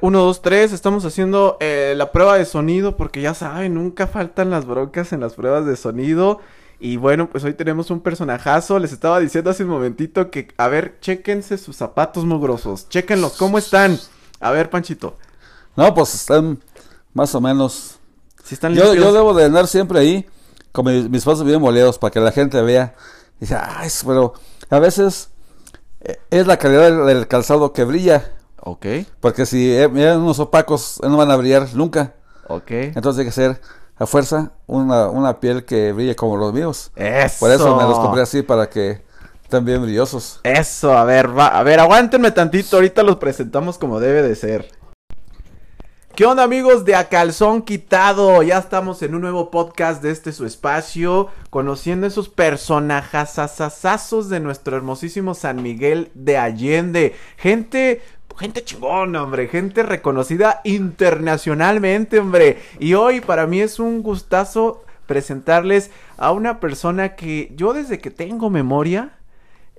1, 2, 3, estamos haciendo eh, la prueba de sonido porque ya saben, nunca faltan las broncas en las pruebas de sonido. Y bueno, pues hoy tenemos un personajazo. Les estaba diciendo hace un momentito que, a ver, chéquense sus zapatos mugrosos. Chéquenlos, ¿cómo están? A ver, Panchito. No, pues están más o menos. Si están Yo, limpios. yo debo de andar siempre ahí con mis, mis pasos bien moleados para que la gente vea. Dice, ay, es- pero a veces eh, es la calidad del, del calzado que brilla. Ok, Porque si eh, eran unos opacos, eh, no van a brillar nunca. ok. Entonces hay que ser a fuerza una, una piel que brille como los míos. Eso. Por eso me los compré así para que estén bien brillosos. Eso, a ver, va, a ver, aguántenme tantito, ahorita los presentamos como debe de ser. ¿Qué onda amigos de A Calzón Quitado? Ya estamos en un nuevo podcast de este su espacio, conociendo esos personajazazazazos de nuestro hermosísimo San Miguel de Allende. Gente, gente chingona, hombre, gente reconocida internacionalmente, hombre. Y hoy para mí es un gustazo presentarles a una persona que yo desde que tengo memoria,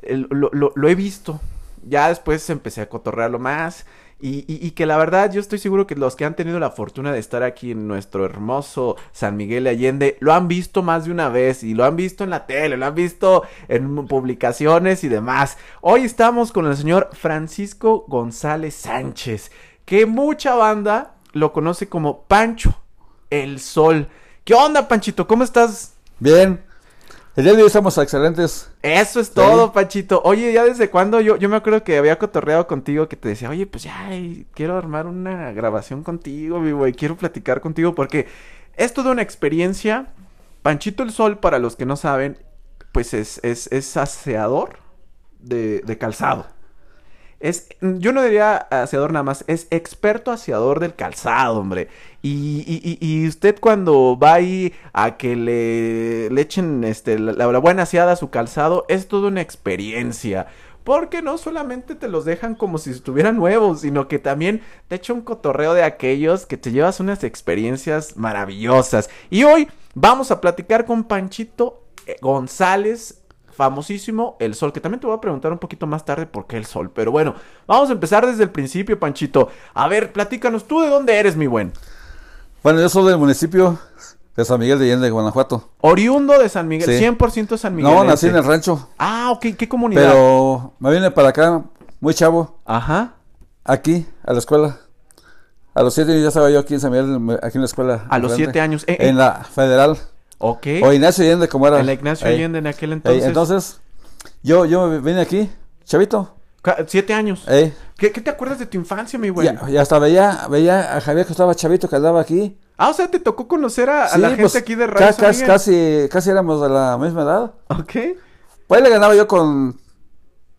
el- lo, lo- lo he visto. Ya después empecé a cotorrearlo más. Y, y- y que la verdad, yo estoy seguro que los que han tenido la fortuna de estar aquí en nuestro hermoso San Miguel de Allende lo han visto más de una vez y lo han visto en la tele, lo han visto en publicaciones y demás. Hoy estamos con el señor Francisco González Sánchez, que mucha banda lo conoce como Pancho el Sol. ¿Qué onda, Panchito? ¿Cómo estás? Bien. El día de hoy estamos excelentes. Eso es todo, Pachito. Oye, ya desde cuándo yo, yo me acuerdo que había cotorreado contigo que te decía, oye, pues ya ay, quiero armar una grabación contigo, mi güey, quiero platicar contigo porque es toda una experiencia. Panchito el Sol, para los que no saben, pues es, es, es aseador de, de calzado. Es, yo no diría aseador nada más, es experto aseador del calzado, hombre. Y, y- y- y usted cuando va ahí a que le, le echen este, la, la buena aseada a su calzado, es toda una experiencia. Porque no solamente te los dejan como si estuvieran nuevos, sino que también te echa un cotorreo de aquellos que te llevas unas experiencias maravillosas. Y hoy vamos a platicar con Panchito eh, González famosísimo El Sol, que también te voy a preguntar un poquito más tarde por qué El Sol, pero bueno, vamos a empezar desde el principio, Panchito. A ver, platícanos, ¿tú de dónde eres, mi buen? Bueno, yo soy del municipio de San Miguel de Allende, Guanajuato. Oriundo de San Miguel, Sí. 100% San Miguel. No, nací en el rancho, Ah, ok, ¿qué comunidad? pero me vine para acá muy chavo, Ajá, aquí, a la escuela. A los siete años ya estaba yo aquí en San Miguel, me- aquí en la escuela. A los siete años, eh, eh. En la federal. ok. O Ignacio Allende, como era. en la Ignacio Ahí. Allende en aquel Ahí, entonces. entonces, yo, yo me vine aquí, chavito. Ca- Siete años. eh, ¿Qué, qué te acuerdas de tu infancia, mi buen? y, y hasta veía, veía a Javier que estaba chavito, que andaba aquí. Ah, o sea, te tocó conocer a, a la gente pues, aquí de ca- Radio San casi, Miguel. casi, casi éramos de la misma edad. Ok, Pues le ganaba yo con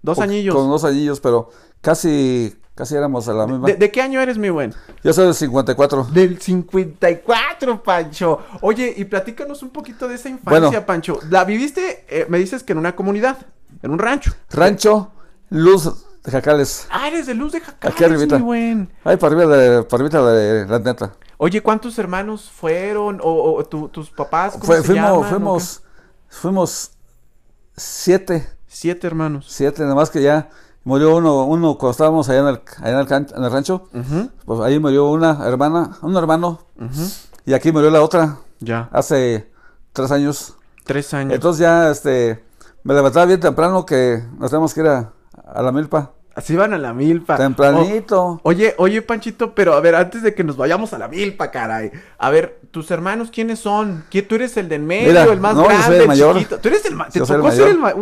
dos con- añillos. Con dos anillos, pero casi, casi éramos a la misma. ¿De- ¿De qué año eres, mi buen? Yo soy del 54. Del 54, Pancho. Oye, y platícanos un poquito de esa infancia, Bueno. Pancho. La viviste, eh, me dices que en una comunidad, en un rancho. Rancho Luz de Jacales. Ah, eres de Luz de Jacales, Aquí arribita. mi buen. Ahí para arriba de, para arribita de la neta. Oye, ¿cuántos hermanos fueron? ¿O, o tu- tus papás? ¿Cómo Fue- se fuimos, llaman? fuimos, fuimos siete, ¿O qué? Siete hermanos. siete, nada más que ya murió uno, uno cuando estábamos allá en el, allá en el, can- en el rancho. Ujú, Pues ahí murió una hermana, un hermano, ujú. y aquí murió la otra Ya, hace tres años. tres años. Entonces ya, este, me levantaba bien temprano que nos teníamos que ir a, a la milpa. Así van a la milpa. Tempranito. Ah, O- Oye, oye, Panchito, pero a ver, antes de que nos vayamos a la milpa, caray. A ver, tus hermanos, ¿quiénes son? ¿Qui- ¿Tú eres el de en medio, Mira, el más no, yo soy grande, el el mayor. chiquito? ¿Tú eres el mayor? ¿Te Yo soy el tocó ser el mayor?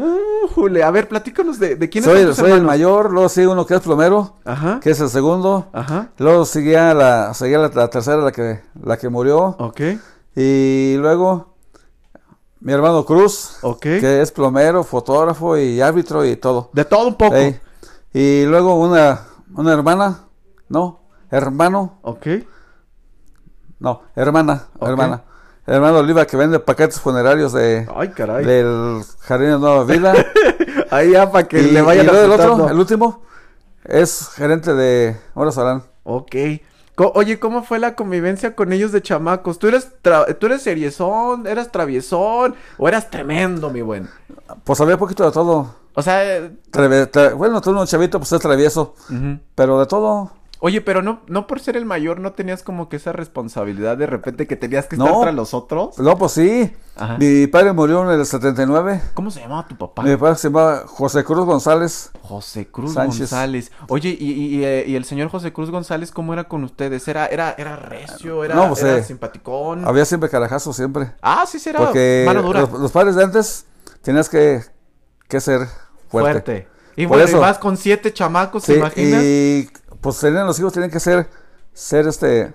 ¡Újule! A ver, platícanos de, de quiénes soy, son tus soy el hermanos. mayor, luego sigue uno que es plomero, Ajá, que es el segundo, ajá, luego seguía la, seguía la, la tercera, la que, la que murió, ok, y luego mi hermano Cruz, ok. que es plomero, fotógrafo y árbitro y todo. De todo un poco. Ey. Y luego una, una hermana, no, hermano, Ok, no, hermana, Ok. hermana. Hermano Oliva que vende paquetes funerarios de, ay, caray. del Jardín de Nueva Vida. Ahí ya para que y le vayan y luego el apuntando. otro, el último, es gerente de Mora Salán. Ok. Co- Oye, ¿cómo fue la convivencia con ellos de chamacos? ¿Tú eres, tra- ¿Tú eres seriezón? ¿Eras traviesón? ¿O eras tremendo, mi buen? Pues había poquito de todo. O sea, eh, Treve- tra- bueno, todo un chavito, pues es travieso. Pero de todo. Oye, pero no, no por ser el mayor, ¿no tenías como que esa responsabilidad de repente que tenías que No. estar tras los otros? No, pues sí. Ajá. Mi padre murió en el 79. ¿Cómo se llamaba tu papá? Mi padre se llamaba José Cruz González. José Cruz Sánchez. González. Oye, y, y- y, eh, y el señor José Cruz González cómo era con ustedes? ¿Era, era, era recio? ¿Era, No, pues, era eh, simpaticón? Había siempre carajazo, siempre. Ah, sí, será Porque mano dura. los, los padres de antes tenías que, que ser fuerte. fuerte. Y Por bueno, y eso. vas con siete chamacos, Sí, ¿te imaginas? y pues tenían los hijos, tenían que ser, ser este,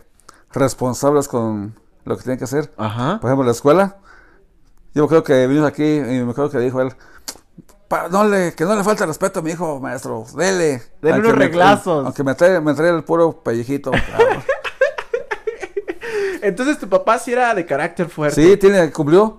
responsables con lo que tenían que hacer. Ajá. Por ejemplo, la escuela. Yo creo que vinimos aquí y me acuerdo que dijo él, "Pa- no le, que no le falte respeto a mi hijo, maestro, dele. Dele Aunque unos me- reglazos. aunque me traiga, me traiga el puro pellejito. cabrón. Entonces tu papá sí era de carácter fuerte. pues sí, tiene, cumplió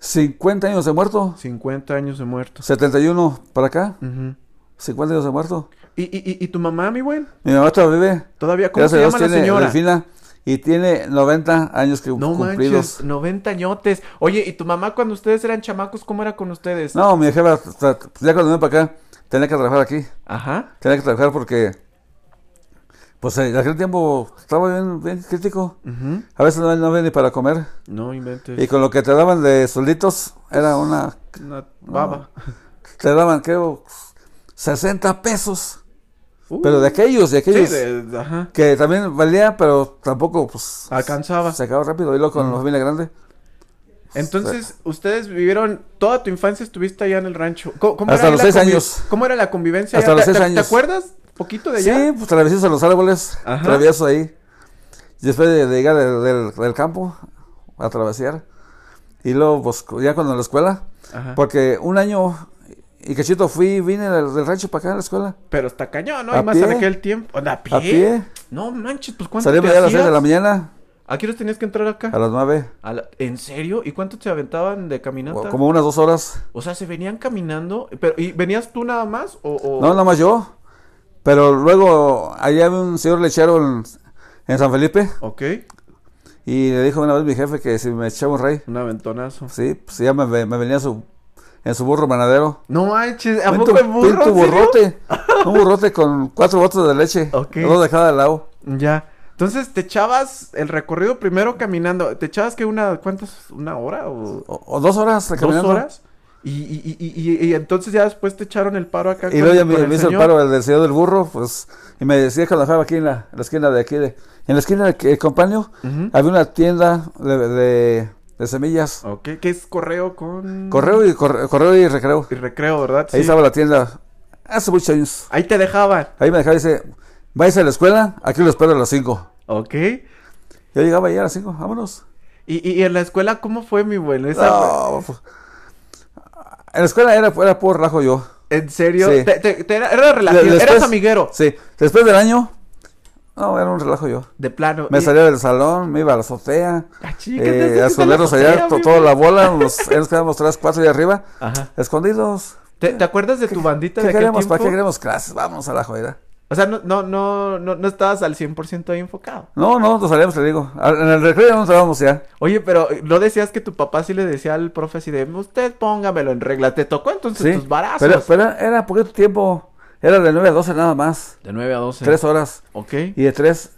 50 años de muerto, 50 años de muertos. 71 para acá, Ujú. 50 años de muerto. ¿Y, y, y, y tu mamá, mi buen? Mi mamá todavía vive, ¿Todavía cómo gracias se a Dios, llama la tiene señora? Delfina, y tiene 90 años que, No cumplidos. manches, 90 añotes. Oye, ¿y tu mamá cuando ustedes eran chamacos, cómo era con ustedes? No, mi jefa, tra- ya cuando vine para acá, tenía que trabajar aquí. Ajá. Tenía que trabajar porque, pues en aquel tiempo estaba bien, bien crítico. Ujú. A veces no, no había ni para comer. No inventes. Y con lo que te daban de solditos, era una. Una baba. Te daban, creo, 60 pesos. Uh, Pero de aquellos, de sí, aquellos. de- ajá. Que también valía, pero tampoco, pues. Alcanzaba. Se acabó rápido. Y luego con la familia grande. Entonces, ustedes vivieron, toda tu infancia estuviste allá en el rancho. ¿Cómo, cómo Hasta era los la seis convi- años. ¿Cómo era la convivencia? Hasta allá? los ¿Te- seis te- ¿Te años. acuerdas poquito de allá? Sí, pues traviesos a los árboles. Ajá. Travieso ahí. Y Después de, de llegar del, del- del campo a travesear. Y luego, pues ya cuando en la escuela. Ajá. Porque un año y cachito fui, vine del, del rancho para acá a la escuela. Pero está cañón, ¿no? A y más en pie. aquel tiempo. ¿A pie? A pie. No manches, pues ¿cuánto Salimos te ya a las 6 de la hacías? mañana, ¿A qué horas tenías que entrar acá? a las 9. A la- ¿En serio? ¿Y cuánto te aventaban de caminata? Como unas dos horas. O sea, se venían caminando, pero ¿y venías tú nada más o, o- No, nada más yo. Pero luego allá había un señor lechero en, en San Felipe. Ok, Y le dijo una vez mi jefe que si me echaba un rey. un aventonazo. Sí, pues ya me, me venía su, en su burro manadero. No manches, ¿a Ven poco tu- en burro? ven tu ¿en serio? burrote. Un burrote con cuatro botes de leche. Ok. Dos de cada lado. Ya. Entonces te echabas el recorrido primero caminando. ¿Te echabas que una, cuántas, una hora o O, o dos horas dos caminando. horas? Y, y, y, y- y- y entonces ya después te echaron el paro acá. Y luego ya me, me hizo el paro el del señor del burro, pues, y me decía que trabajaba aquí en la, en la esquina de aquí, de, en la esquina de que compañero, Ujú. había una tienda de, de- de semillas, Ok, que es correo con... correo y corre- correo y recreo. Y recreo, ¿verdad? Sí. Ahí estaba la tienda hace muchos años. Ahí te dejaban. Ahí me dejaba y dice, vais a la escuela, aquí lo espero a las 5. Ok. Yo llegaba ya a las 5, vámonos. ¿Y, y, y en la escuela cómo fue, mi buen? Esa- No, pues, en la escuela era, era por rajo yo. ¿En serio? Sí. Te- te- te era, era relativo, Le- después- eras amiguero. Sí, después del año, no, era un relajo yo. De plano. Me Y- salía del salón, me iba a la azotea. Ah, sí, ¿qué te eh, hacías a en la escondernos azotea, allá, to- mi toda güey? la bola, nos, ahí nos quedamos tres, cuatro de arriba, Ajá. escondidos. ¿Te, te acuerdas de tu bandita ¿Qué de aquel queremos? ¿Para tiempo? qué queremos clases? Vámonos a la jodera. O sea, no, no, no, no, no estabas al 100% ahí enfocado. No, no, nos salíamos, te digo. Al- En el recreo ya nos salíamos ya. Oye, pero ¿no decías que tu papá sí le decía al profe así de, usted póngamelo en regla? ¿Te tocó entonces Sí. tus barazos? Pero, pero era- era poquito tiempo. Era de 9 a 12 nada más. De 9 a 12. Tres horas. Ok, Y de 3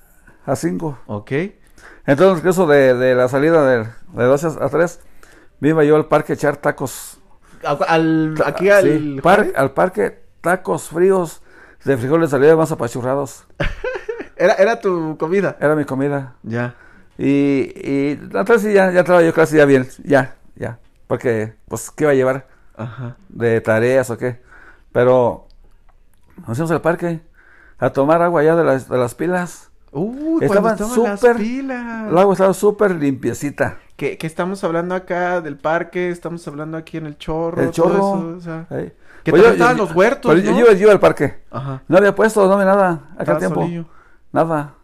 a 5. ok. Entonces, incluso de, de la salida de, de 12 a 3, me iba yo al parque a echar tacos. A- Al, aquí Ah, al... sí, par- al parque, tacos fríos de frijoles salida más apachurrados. Era, era tu comida. Era mi comida. Ya. Y, y entonces sí, ya, ya estaba yo casi ya bien, ya, ya. Porque, pues, ¿qué iba a llevar? Ajá. ¿De tareas o qué? Pero nos fuimos al parque a tomar agua allá de las, de las pilas. Uy, Estaban Uh, cuando estaban súper- las pilas. El agua estaba súper limpiecita. Que, que estamos hablando acá del parque, estamos hablando aquí en el chorro. El todo chorro. eso, o sea. ahí. Que Pues también estaban los huertos, pero yo- ¿no? yo, iba- yo iba al parque. Ajá. No había puesto, no había nada aquel Estaba tiempo. solillo. Nada.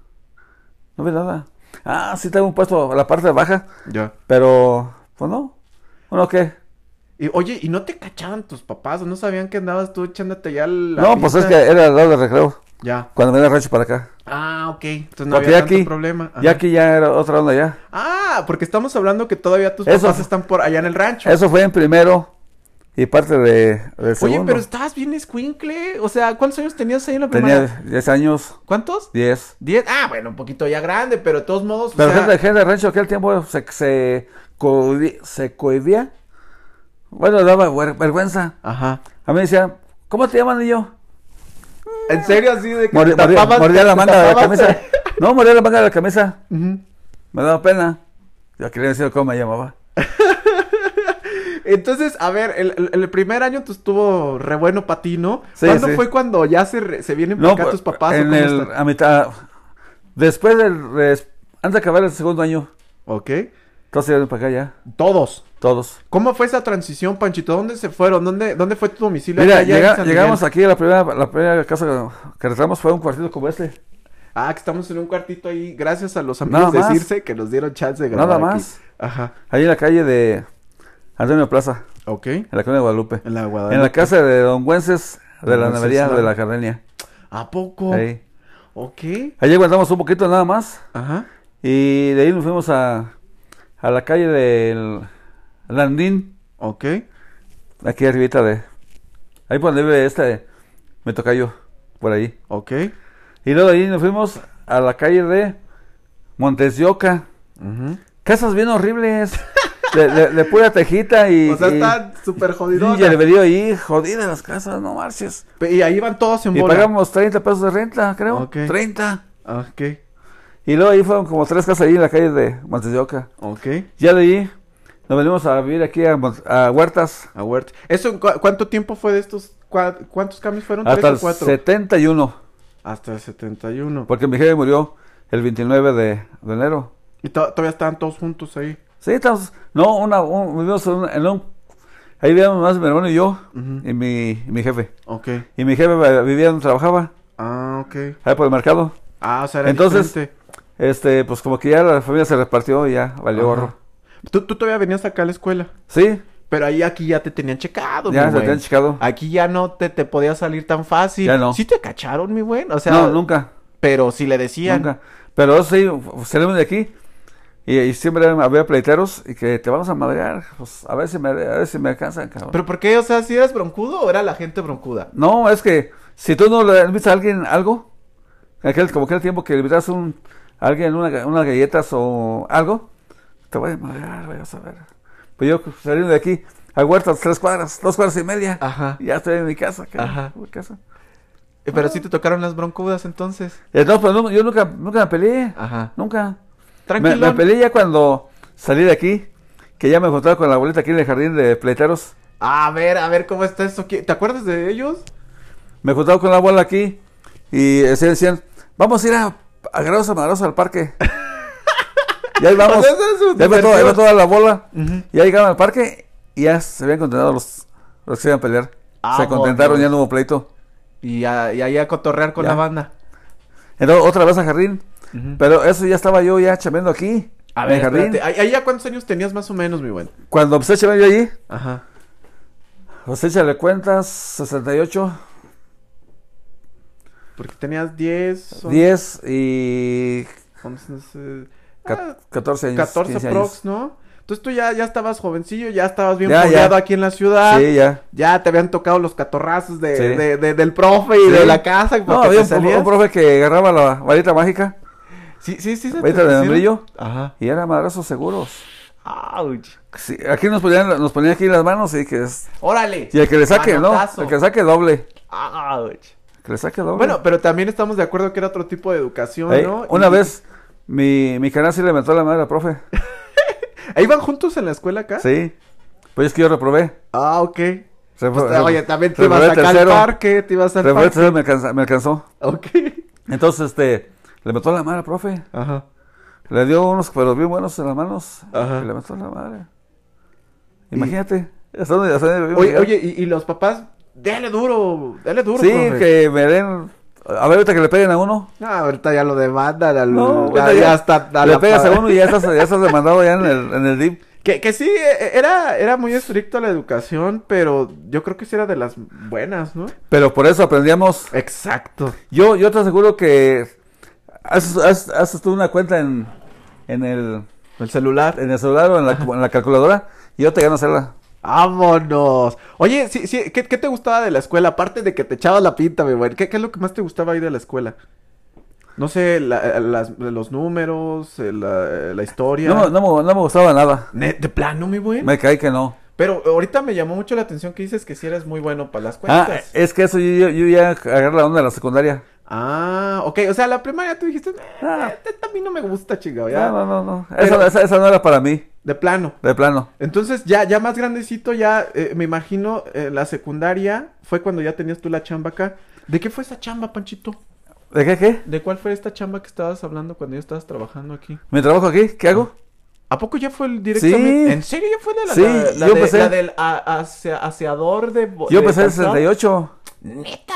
No había nada. Ah, sí tengo un puesto a la parte baja, Ya. pero, pues no. ¿Uno qué? Y, oye, ¿y no te cachaban tus papás? ¿O no sabían que andabas tú echándote ya la no, pues es que pista? era al lado del recreo. Ya. Cuando me da rancho para acá. Ah, ok. Entonces no Porque había ya tanto aquí, problema. Ajá. ya aquí ya era otra onda ya. Ah, porque estamos hablando que todavía tus Eso. papás están por allá en el rancho. Eso fue en primero y parte de, del Oye, segundo. pero estabas bien escuincle. O sea, ¿cuántos años tenías ahí en la primaria? Tenía 10 años, ¿Cuántos? 10. Diez. Ah, bueno, un poquito ya grande, pero de todos modos. o Pero sea, gente, gente de rancho aquel tiempo se, se, cohibía, se cohibía. Bueno, daba ver- vergüenza. Ajá. A mí me decían, ¿cómo te llaman? Y yo, En serio, así de que. Mordí- te mordí- tapabas- mordía la te manga de la tapabas- camisa. No, mordía la manga de la camisa. Ujú. Me daba pena. Yo quería decir cómo me llamaba. Entonces, a ver, el, el- el primer año tú estuvo re bueno patino. Sí, ¿Cuándo sí. fue cuando ya se, re- se vienen para No, pues, acá tus papás? o en cómo el, está? a mitad. Después del. des- antes de acabar el segundo año, Ok. todos se iban para acá ya. Todos. Todos. ¿Cómo fue esa transición, Panchito? ¿Dónde se fueron? ¿Dónde, dónde fue tu domicilio? Mira, Acá ya en llega- San Miguel. llegamos aquí, la primera, la primera casa que- que entramos fue un cuartito como este. Ah, que estamos en un cuartito ahí, gracias a los amigos Nada de más. Circe que nos dieron chance de grabar Nada aquí. más. Ajá, Ahí en la calle de Antonio Plaza, ok. en la colonia de Guadalupe. En la Guadalupe. En la casa de Don Güences de la Don Navería Wences, claro. de la Jardenia. ¿A poco? Ahí. Ok. Allí aguantamos un poquito nada más. Ajá. Y de ahí nos fuimos a, a la calle del Landín, Ok. aquí arribita de... Ahí por donde vive este, me toca yo, por ahí. Ok. Y luego de ahí nos fuimos a la calle de Montes de Oca. Ujú. Casas bien horribles, de, de- de pura tejita y... O sea, y- están súper jodidos. y albedrío ahí, jodidas las casas, no marches. Y ahí van todos en Y bola. pagamos 30 pesos de renta, creo. Ok. 30. Ok. Y luego ahí fueron como tres casas ahí en la calle de Montes de Oca. Ok. Ya de ahí nos venimos a vivir aquí a, Mon- a Huertas A huerta. ¿Eso en cu- cuánto tiempo fue de estos? cua- ¿Cuántos cambios fueron? hasta ¿Tres el o cuatro? 71, Hasta el 71. porque mi jefe murió el 29 de, de enero. Y to- todavía estaban todos juntos ahí. Sí, estamos, no, una, un- vivimos en un, en un- ahí vivíamos más mi hermano y yo, Ujú. y mi, y mi jefe. Ok. Y mi jefe eh, vivía donde trabajaba, Ah, ok. ahí por el mercado. Ah, o sea, era Entonces, diferente. Este, pues como que ya la familia se repartió y ya valió Ajá. gorro. Tú, tú todavía venías acá a la escuela. Sí, Pero ahí aquí ya te tenían checado, ya mi se buen. tenían checado. Aquí ya no te, te podía salir tan fácil. Ya no. Sí te cacharon, mi buen. O sea, no, nunca, pero si le decían. nunca. Pero eso sí, salimos de aquí y, y siempre había pleiteros y que te vamos a madrear, pues a ver si me, a ver si me alcanzan, cabrón. Pero ¿por qué? O sea, si eras broncudo o era la gente broncuda. No, es que si tú no le invitas a alguien algo, aquel, como aquel tiempo que le invitas un, a alguien una, ga- unas galletas o algo, te voy a madrear, güey, vas a ver. Pues yo saliendo de aquí a huertas, tres cuadras, dos cuadras y media, Ajá. y ya estoy en mi casa, cabrón, Ajá. en mi casa. Eh, Pero Ah. sí te tocaron las broncudas entonces. Eh, no, pero no, yo nunca, nunca me peleé, Ajá. nunca. Me, Tranquilo. me peleé ya cuando salí de aquí, que ya me encontraba con la abuelita aquí en el jardín de pleiteros. A ver, a ver cómo está eso. ¿Qui- ¿Te acuerdas de ellos? Me juntaba con la abuela aquí y eh, se decían, vamos a ir a agarrados a madrazos al parque. y ahí vamos. O sea, esa es su Ya iba toda, diversión. iba toda la bola. Y ahí llegaban al parque y ya se habían contentado los, los que se iban a pelear. Ah, se contentaron, bueno. ya no hubo pleito. Y, a- y ahí a cotorrear con Ya. la banda. Entonces otra vez a jardín. Ujú. Pero eso ya estaba yo ya chambeando aquí. A en ver, el jardín. espérate. ¿Ahí, ahí ya cuántos años tenías más o menos, mi buen? Cuando empecé a chambear yo allí, Ajá. pues échale cuentas, 68, Porque tenías 10, 10 y once, no sé, ah, ca- 14 años. 14 15 prox, ¿no? Entonces tú ya, ya estabas jovencillo, ya estabas bien Ya, fogueado ya. aquí en la ciudad. Sí, ya. Ya te habían tocado los catorrazos de, Sí. de- de- del profe y Sí. de la casa. No, porque había te un, pro- salías. un profe que agarraba la varita mágica Sí, sí, sí. se te Varita de pusieron. membrillo. Ajá. y era madrazos seguros. Ouch. Sí, aquí nos ponían, nos ponían aquí las manos y que es- Órale. y el que le saque, Manotazo. ¿no? El que le saque doble. Ouch. El que le saque doble. Bueno, pero también estamos de acuerdo que era otro tipo de educación, Ahí, ¿no? una Y- vez mi, mi canal sí le metió la madre al profe. ¿Ahí van juntos en la escuela acá? Sí. Pues es que yo reprobé. Ah, ok. Repro- Pues, oye, también te reprobé ibas acá al tercero. parque, te ibas al Reprobé parque. tercero, me alcanza- me alcanzó. Ok. Entonces, este, le metió la madre al profe. Ajá. Le dio unos pero bien buenos en las manos. Ajá. Y le metió la madre. Y- Imagínate. hasta dónde- hasta dónde iba a Oye, llegar. oye, y, y los papás, dale duro, dale duro. Sí, profe. que me den. A ver, ahorita que le peguen a uno. No, ahorita ya lo demandan al. No, ya, ahorita ya ya está. a le la pegas par. a uno y ya estás, ya estás demandado ya en el, en el DIP. Que, que sí, eh, era, era muy estricto la educación, pero yo creo que sí era de las buenas, ¿no? Pero por eso aprendíamos. Exacto. Yo, yo te aseguro que. Haces, haces- haces tú una cuenta en, en, el, El celular. en el celular o en la, en la calculadora y yo te gano hacerla. ¡Vámonos! Oye, sí, sí, ¿qué, qué te gustaba de la escuela? Aparte de que te echabas la pinta, mi buen. ¿Qué, qué es lo que más te gustaba ahí de la escuela? No sé, la- eh, las- los números, eh, la, la historia. No, no, me- no me gustaba nada. Ne- de plano, mi buen. Me caí que no. Pero ahorita me llamó mucho la atención que dices que si eres muy bueno para las Ah, cuentas. Ah, es que eso yo, yo- yo ya agarré la onda de la secundaria. Ah, ok. O sea, la primaria tú dijiste, "Eh, eh. Ah. esta a mí no me gusta, chingado. Ya, No, no, no. no. Pero- Esa, esa- esa no era para mí, de plano. de plano. Entonces, ya, ya más grandecito, ya eh, me imagino eh, la secundaria fue cuando ya tenías tú la chamba acá. ¿De qué fue esa chamba, Panchito? ¿De qué qué? ¿De cuál fue esta chamba que estabas hablando cuando ya estabas trabajando aquí? ¿Mi trabajo aquí? ¿Qué hago? ¿A poco ya fue el directamente? Sí. ¿En serio ya fue de la, Sí, la- la yo de- empecé. la del a- asea- aseador de bo- Yo de empecé en el calzado? 68. ¿Neta?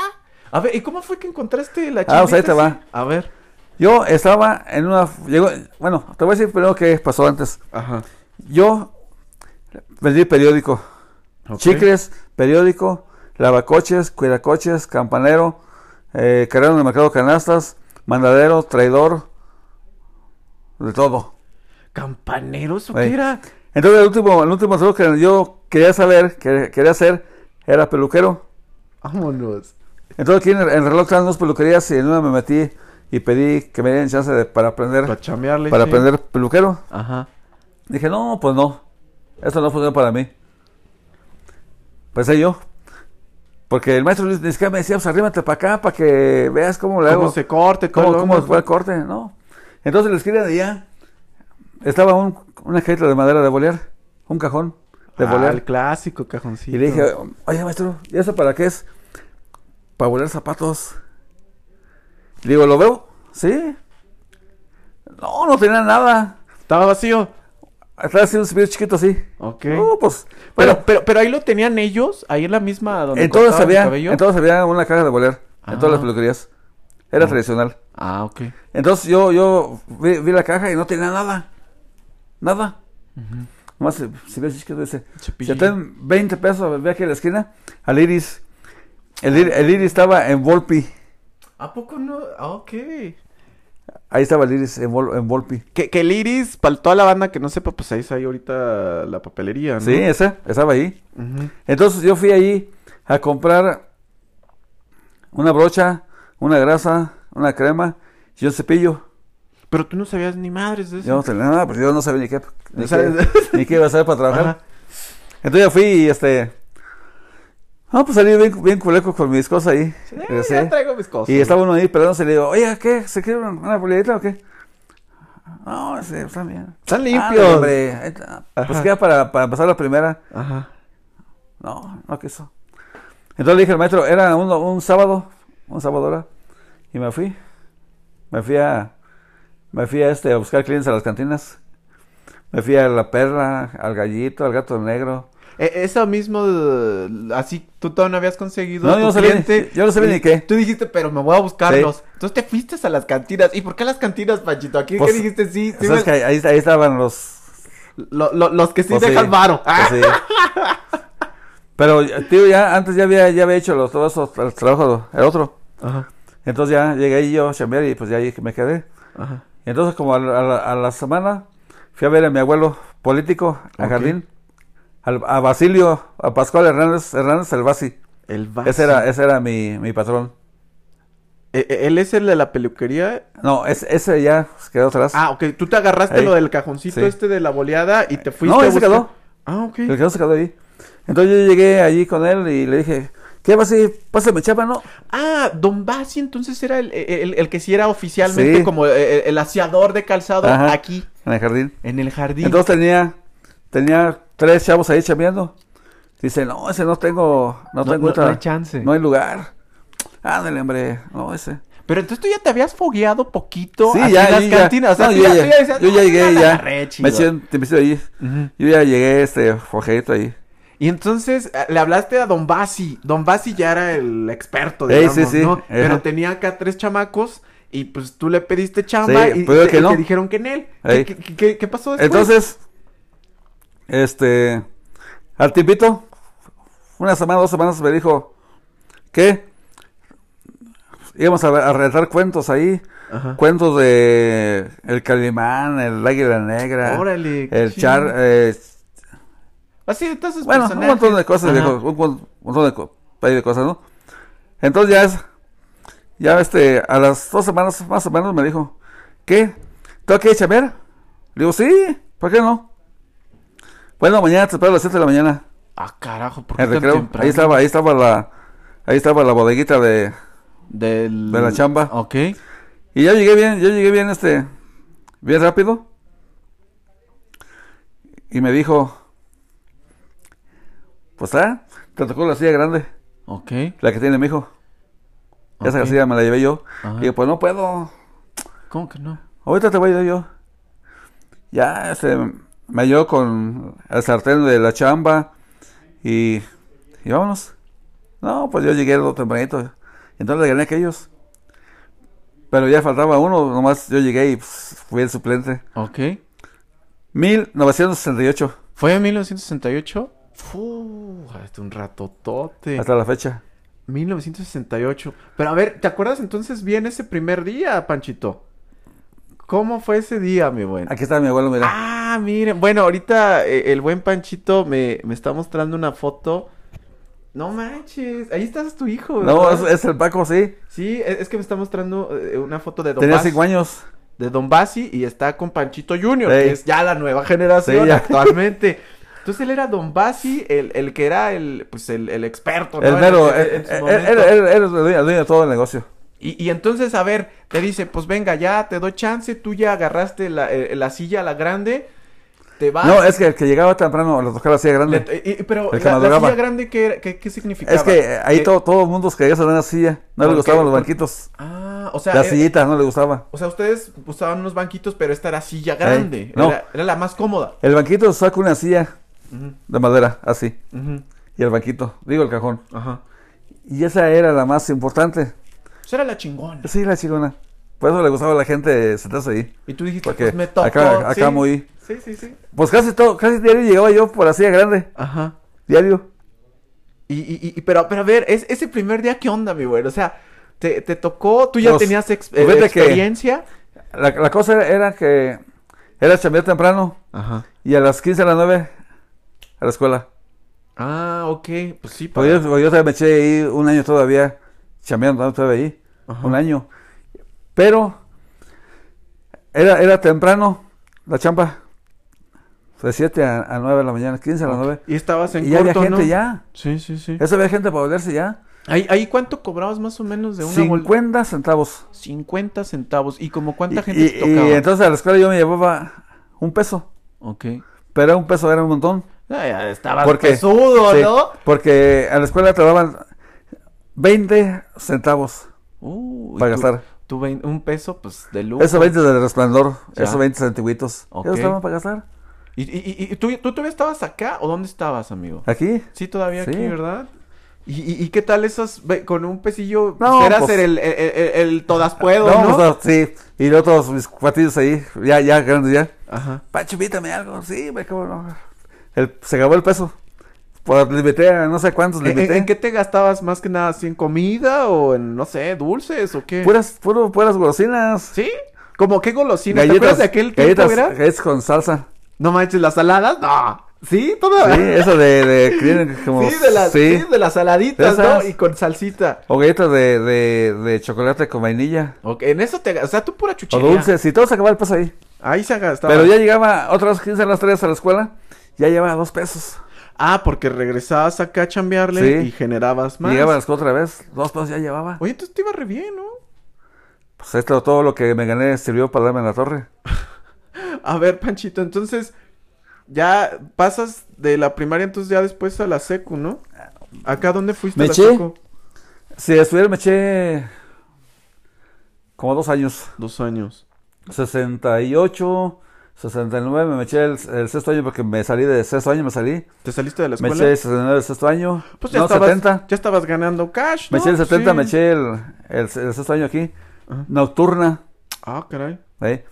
A ver, ¿y cómo fue que encontraste la chamba? Ah, pues ahí te va. A ver. Yo estaba en una... Llegó, bueno, te voy a decir primero qué pasó antes. Ajá. Yo vendí periódico. Ok. Chicles, periódico, lavacoches, cuidacoches, campanero, eh, carrero en el mercado de canastas, mandadero, traidor, de todo. ¿Campanero? ¿Eso Güey. qué era? Entonces el último, el último trabajo que yo quería saber, que quería hacer, era peluquero. Vámonos. Entonces aquí en el, en el reloj estaban dos peluquerías y en una me metí y pedí que me dieran chance de- para Para aprender, chamearle. para sí. aprender peluquero. Ajá. Dije, no, pues no. Esto no funciona para mí. Pensé yo. Porque el maestro Luis Nisca me decía, pues arrímate para acá para que veas cómo le ¿Cómo hago. se corte? todo ¿Cómo, lo- cómo fue el corte? ¿no? Entonces la esquina de allá estaba un- una cajita de madera de bolear, un cajón de Ah, bolear. el clásico cajoncito. y le dije, oye maestro, ¿y eso para qué es? Para bolear zapatos. Le digo, ¿lo veo? ¿Sí? No, no tenía nada. Estaba vacío. Estaba haciendo un cepillo chiquito así. Ok. No, pues. Pero, Bueno, pero, pero ahí lo tenían ellos, ahí en la misma donde entonces cortaban el había, cabello. entonces había una caja de bolear en todas las Ah. peluquerías. Era Ah. tradicional. Ah, ok. Entonces yo, yo vi, vi la caja y no tenía nada. Nada. Nomás se, se ve así que dice, Cepillillo. se traen 20 pesos, ve aquí en la esquina, al iris. El, ir- el iris estaba en Volpi. ¿A poco no? Ah, ok. Ahí estaba el iris en, Vol- en Volpi. Que, que el iris, para toda la banda que no sepa, pues ahí está ahí ahorita la papelería, ¿no? Sí, ese, estaba ahí. Ujú. Entonces yo fui ahí a comprar una brocha, una grasa, una crema y un cepillo. Pero tú no sabías ni madres de eso. Yo no tenía nada, pues yo no sabía ni qué, ni, No sabes. qué, ni qué iba a hacer para trabajar. Ajá. Entonces yo fui y este. No, pues salí bien, bien culeco con mis cosas ahí. Eh, Regresé. ya traigo mis cosas. y estaba uno ahí perdándose y le digo, oye, ¿qué? ¿Se quiere una, una boleadita o qué? No, ese, está bien. Están Ah, limpios. hombre, ahí está. pues Ajá. queda para, para empezar la primera. Ajá. No, no quiso. Entonces le dije al maestro, era un, un sábado, un sábado era, y me fui. Me fui a, me fui a, este, a buscar clientes a las cantinas. Me fui a la perla, al gallito, al gato negro. E- Eso mismo, eh, así tú todavía no habías conseguido. No, tu yo no sabía ni- yo no sabía y ni qué. Tú dijiste, pero me voy a buscarlos. Entonces te fuiste a las cantinas. ¿Y por qué a las cantinas, Panchito? Aquí Pues, qué dijiste, sí. sí ¿Sabes me- que ahí, ahí estaban los... lo- lo- los que sí pues sí, dejan varo. pues Ah, sí. Pero, tío, ya antes ya había, ya había hecho los, todo eso, el trabajo, el otro. Ajá, Entonces ya llegué ahí yo a chambear y pues ya ahí me quedé. ajá. Y Entonces, como a la, a la- a la semana, fui a ver a mi abuelo político, a Ok. Jardín, al- a Basilio, a Pascual Hernández, Hernández el Basi. El vaso. Ese era, ese era mi, mi patrón. E- e- Él es el de la peluquería. No, es- ese ya se quedó atrás. Ah, ok. Tú te agarraste Ahí. lo del cajoncito Sí. este de la boleada y te fuiste. No, a ahí se buscar- quedó. Ah, ok. El que no se quedó ahí. Entonces yo llegué allí con él y le dije, ¿qué Basi? Pásame chapa, ¿no? Ah, Don Basi entonces era el, el- el que sí era oficialmente Sí. como el, el aseador de calzado Ajá. aquí, En el jardín. en el jardín. Entonces tenía, tenía tres chavos ahí chambeando. Dice, no, ese no tengo, no, No- tengo no- otra- no hay chance." No hay lugar. Ándale, hombre. No, ese. Pero entonces tú ya te habías fogueado poquito Sí, así ya, en yo las ya- cantinas. O sea, no, tú yo ya- ya, tú ya decías, yo ya "Ah, llegué la ya. agarré, chido". me eché- te metí ahí. Ujú. Yo ya llegué, este, fojeito ahí. Y entonces eh, le hablaste a Don Basi. Don Basi ya era el experto, Ey, digamos, sí, sí. ¿no? Ajá. Pero tenía acá tres chamacos y pues tú le pediste chamba Sí, y, pero y te, que y no. te dijeron que en él. ¿Qué, Ey. qué- qué- qué pasó después? Entonces, pues. este, al tipito, una semana, dos semanas me dijo que íbamos a, a rentar cuentos ahí. Ajá. Cuentos de El eh, Calimán, El Águila Negra, Órale, qué El chido. Char, eh, Así, entonces, Bueno, un personajes. montón de cosas, Ajá. viejo, un mon- montón de, co- ahí de cosas, ¿no? Entonces ya es, ya este, a las dos semanas más o menos me dijo, ¿qué? ¿Tengo que ir a chambear? Le digo, sí, ¿por qué no? Bueno, mañana te espero a las 7 de la mañana, Ah, carajo, ¿por qué en tan recreo. temprano? Ahí estaba, ahí estaba la, ahí estaba la bodeguita de, Del... de la chamba. Ok. y yo llegué bien, yo llegué bien, este, bien rápido. Y me dijo, pues ah, te tocó la silla grande. Ok. La que tiene mi hijo. Esa ok. casilla me la llevé yo. Ajá. Y digo, pues no puedo. ¿Cómo que no? Ahorita te voy a ayudar yo. Ya, este, me ayudó con el sartén de la chamba. Y, y vámonos. No, pues yo llegué lo tempranito. Entonces le gané a aquellos. Pero ya faltaba uno, nomás yo llegué y pues, fui el suplente. Ok. 1968, ¿Fue en 1968? Fu, hasta un ratotote. hasta la fecha. 1968. Pero a ver, ¿te acuerdas entonces bien ese primer día, Panchito? ¿Cómo fue ese día, mi buen? Aquí está mi abuelo, mira. Ah, miren. Bueno, ahorita eh, el buen Panchito me, me está mostrando una foto. No manches, ahí estás tu hijo, no, es, pues, ¿verdad? es el Paco, sí. Sí, es, es que me está mostrando eh, una foto de Don Tenía Basi- cinco años. de Don Basi y está con Panchito Junior, Ey. que es ya la nueva generación Sí, ya. actualmente. Entonces él era Don Basi, el, el que era el, pues, el, el experto, ¿no? El En- mero, eh, en- en él su momento. es el dueño el dueño de todo el negocio. Y, y entonces, a ver, te dice, pues venga, ya te doy chance, tú ya agarraste la, eh, la silla, la grande, te vas. No, es que el que llegaba temprano le tocaba la silla grande. Ah, Le- y- y- pero El que la, la madrugaba. silla grande, ¿qué, era? ¿Qué- qué significaba? Es que eh, ahí Eh, todo, todo el mundo se quería sentar en la silla. No ¿Por le gustaban qué? los Por- banquitos. Ah, o sea, Las eh, sillitas no le gustaba. o sea, ustedes usaban unos banquitos, pero esta era silla grande. no. Era, era la más cómoda. El banquito saca una silla Ujú, de madera, así. ujú, Y el banquito, digo el cajón. Ajá. Y esa era la más importante. Pues era la chingona. Sí, la chingona. Por eso le gustaba a la gente sentarse ahí. Y tú dijiste, Porque pues me tocó. acá- acá sí. muy- Sí, sí, sí. Pues casi todo, casi diario llegaba yo por la silla grande. Ajá. Diario. Y, y, y- pero, pero a ver, es, ese primer día, ¿qué onda, mi güey? O sea, te, te tocó, tú ya Pues, tenías ex- pues, eh, fíjate que- experiencia. La, la cosa era, era que era chambear temprano Ajá. y a las 15 a las 9 a la escuela. Ah, ok. Pues sí, Pues yo, pues yo todavía me eché ahí un año todavía, chambeando todavía ahí, Ajá. un año. Pero era, era temprano la chamba, de 7 a, a 9 de la mañana, 15 a las 9. Y estabas en Y ya había corto, gente ¿no? ya, Sí, sí, sí. eso había gente para volverse ya. ¿Ahí, ahí cuánto cobrabas más o menos de una bolsa? 50 centavos. 50 centavos. ¿Y como cuánta Y- gente y, te tocaba? y entonces a la escuela yo me llevaba un peso, Ok. pero un peso era un montón. Ah, ya estabas Porque- pesudo, Sí, ¿no? Porque a la escuela te daban 20 centavos. Uh, y Para tú- gastar. tú vein- un peso, pues, de lujo. Esos 20 del resplandor, Ya. esos 20 antiguitos. Ok. Esos estaban para gastar. ¿Y, y- y- y tú, tú todavía estabas acá o dónde estabas, amigo? Aquí. Sí, todavía Sí. aquí, ¿verdad? ¿Y, y, y qué tal esas ve- con un pesillo? No, Pues era pues- ser el, el, el- el todas puedo, No, ¿no? pues, no, sí. Y luego todos mis cuatillos ahí, ya, ya, grandes ya. Ajá. Pancho, invítame algo. Sí, me acabo. no. El, se acabó el peso. Pues limité a no sé cuántos, ¿En, limité. en- en qué te gastabas más que nada? ¿Sí en comida o en, no sé, dulces o qué? Puras, puro, puras golosinas. ¿Sí? ¿Como qué golosina? ¿Te acuerdas de aquel tiempo, galletas, eh. era? galletas con salsa. No manches, las saladas, no. ¿Sí? Sí, Todavía. eso de, de, que vienen como- Sí, de las, sí. sí, de las saladitas, De esas. ¿no? Y con salsita. O galletas de, de, de chocolate con vainilla. Ok, en eso te... O sea, tú pura O chuchería. dulces. Y todo se acababa el peso ahí. Ahí se gastaba. Pero ya llegaba otras 15 a las 3 a la escuela, ya llevaba dos pesos. Ah, porque regresabas acá a chambearle Sí. y generabas más. Llegaba a las 4 otra vez, dos pesos ya llevaba. Oye, entonces te iba re bien, ¿no? Pues esto, todo lo que me gané sirvió para darme en la torre. A ver, Panchito, entonces ya pasas de la primaria, entonces ya después a la secu, ¿no? ¿Acá dónde fuiste a la ¿Meche? secu? Si estuviera me eché como dos años. Dos años. 68, 69, me eché el, el sexto año porque me salí de sexto año, me salí. ¿Te saliste de la Me escuela? eché el 69 del sexto año. Pues ya no, estabas, 70. ya estabas ganando cash, Me ¿no? eché el 70, Sí. me eché el, el, el sexto año aquí. Ajá. Nocturna. Ah, caray. ¿eh?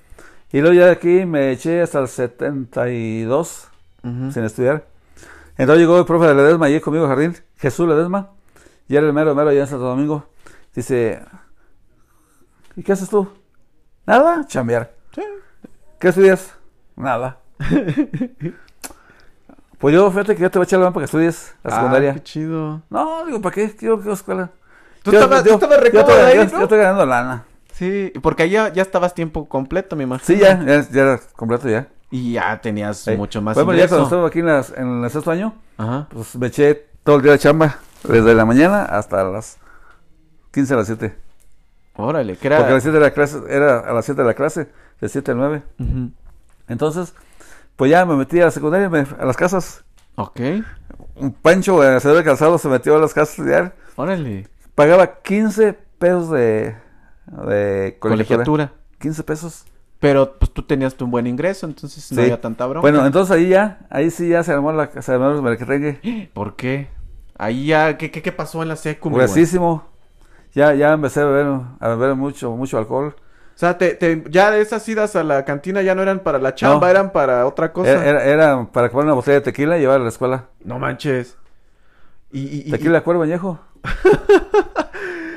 Y luego ya de aquí me eché hasta el 72. Ujú. sin estudiar. Entonces llegó el profe de Ledesma allí conmigo al jardín, Jesús Ledesma, y era el mero mero allá en Santo Domingo. Dice, ¿y qué haces tú? Nada, chambear. Sí. ¿Qué estudias? Nada. Pues yo, fíjate que yo te voy a echar la mano para que estudies la Ah, secundaria. qué chido. No, digo, ¿para qué? Quiero que escuela. Tú Yo- estabas- tú yo- estabas yo recómodo estoy- ahí, yo- ¿no? Yo estoy ganando lana. Sí, porque ahí ya, ya estabas tiempo completo, me imagino. Sí, ya, ya, ya era completo ya. Y ya tenías Sí. mucho más Bueno, ya ingreso. cuando estaba aquí en, las- en el sexto año, Ajá. pues me eché todo el día de chamba, desde la mañana hasta las 15 a las 7. Órale, que Porque a era... las 7 de la clase, era a las 7 de la clase, de 7 a 9. Ujú. Entonces, pues ya me metí a la secundaria, me- a las casas. Ok, Un Pancho, el hacedor de calzado, se metió a las casas a estudiar. órale. Pagaba 15 pesos de, de colegiatura. Colegiatura. 15 pesos. Pero pues tú tenías un buen ingreso, entonces no Sí. había tanta broma. Bueno, entonces ahí ya, ahí sí ya se armó la se armó el merequetengue. ¿Por qué? Ahí ya, ¿qué, qué, qué pasó en la secu? mi güey? Pues Gruesísimo. Ya, ya empecé a beber, a beber mucho, mucho alcohol. O sea, te, te- ya esas idas a la cantina ya no eran para la chamba, No. eran para otra cosa. Era, era- era para comprar una botella de tequila y llevarla a la escuela. No manches. Y, y- y- Tequila cuervo añejo.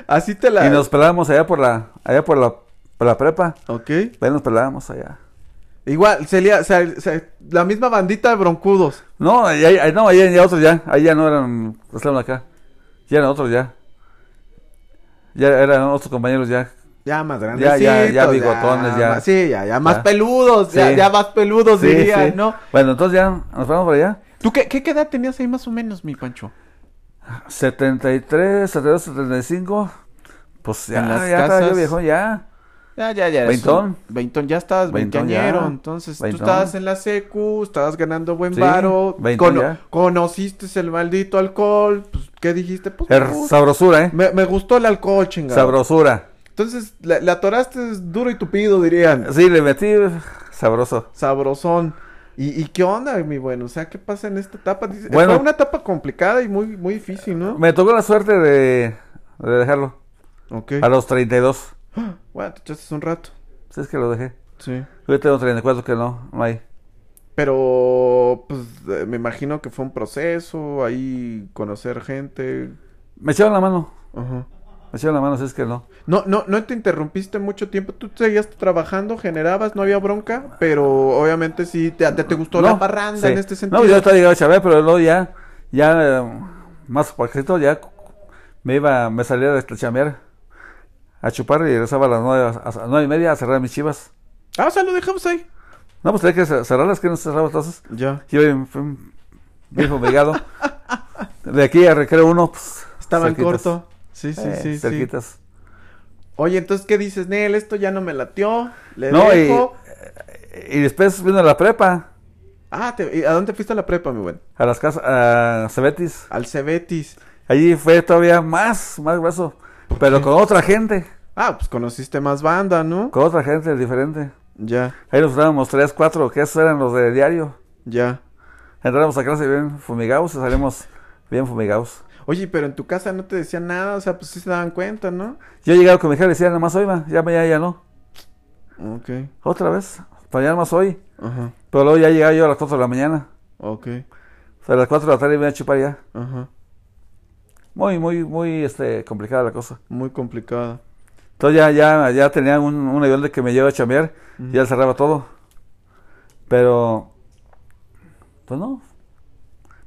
así te la... Y nos pelábamos allá por la, allá por la, por la prepa. Ok. Ahí nos pelábamos allá. Igual, se lía- se- se- la misma bandita de broncudos. No, ahí, ahí- no, ahí ya otros ya, ahí ya no eran, estaban acá. Ya eran otros ya. Ya eran otros compañeros ya. Ya más grandes. Ya, ya, ya bigotones, ya. más- sí, ya, ya más Ya. peludos, ya, Sí. ya más peludos Sí, dirían, sí. ¿no? Bueno, entonces ya nos fuimos para allá. ¿Tú qué, qué qué edad tenías ahí más o menos, mi Pancho? 73, 72, 75. Pues ya, En las ya estaba yo casas. viejo Ah, ya. Ya, ya, ya. eres Veintón. un- Veintón, ya estabas Veintón, veinteañero. ya. Entonces, tú Veintón. estabas en la secu, estabas ganando buen Sí, varo. veintón cono- ya. Conociste el maldito alcohol. Pues, ¿qué dijiste? Pues, me, Er, gusta- sabrosura, ¿eh? me, me gustó el alcohol, chingado. Sabrosura. Entonces, la- le atoraste duro y tupido, dirían. Sí, le metí sabroso. Sabrosón. ¿Y, y qué onda, mi bueno? O sea, ¿qué pasa en esta etapa? Dice- Bueno. fue una etapa complicada y muy, muy difícil, ¿no? Me tocó la suerte de, de dejarlo. Ok. A los 32. Bueno, te echaste un rato. Si es que lo dejé. Sí. Yo tengo 34 que no, no hay. Pero, pues, eh, me imagino que fue un proceso, ahí conocer gente. Me echaron la mano. Ajá. Me echaron la mano, si es que no. No, no, no te interrumpiste mucho tiempo. Tú seguías trabajando, generabas, no había bronca, pero obviamente sí te, te, te gustó la No, parranda sí. en este sentido. No, yo estaba llegado a Chávez, pero luego ya, ya eh, más parquecito, ya me iba, me salía de este chambear a chupar y regresaba a las nueve, a las nueve y media a cerrar mis chivas. Ah, o sea, lo dejamos ahí. No, pues tenía que cer- cerrarlas, que no se cerraba entonces. Ya. Yo eh, fui un viejo obligado. de aquí a Recreo uno, pues. Estaba en cerquitas. corto. Sí, sí, Eh, sí, sí. cerquitas. Oye, entonces, ¿qué dices, Nel? Esto ya no me latió. Le No, y, eh, dejo. y después vino la prepa Ah, te- ¿y ¿a dónde fuiste a la prepa, mi buen? a las casas, a Cebetis. Al Cebetis. Allí fue todavía más, más grueso. Pero con otra gente. Ah, pues conociste más banda, ¿no? Con otra gente diferente. Ya, Ahí nos dábamos tres, cuatro, que esos eran los de diario. ya. Entrábamos a clase bien fumigados y salimos bien fumigados. Oye, pero en tu casa no te decían nada, o sea, pues sí se daban cuenta, ¿no? Yo llegaba con mi hija y le decía, nada más hoy, ma, ya mañana ya no. Ok, Otra vez, para nada más hoy. ajá, Pero luego ya llegaba yo a las cuatro de la mañana. ok, O sea, a las cuatro de la tarde me iba a chupar ya. ajá. Muy, muy, muy este, complicada la cosa. Muy complicada. Entonces ya, ya, ya tenía un, un ayudante que me llevaba a chambear y ya cerraba todo. Pero, pues no.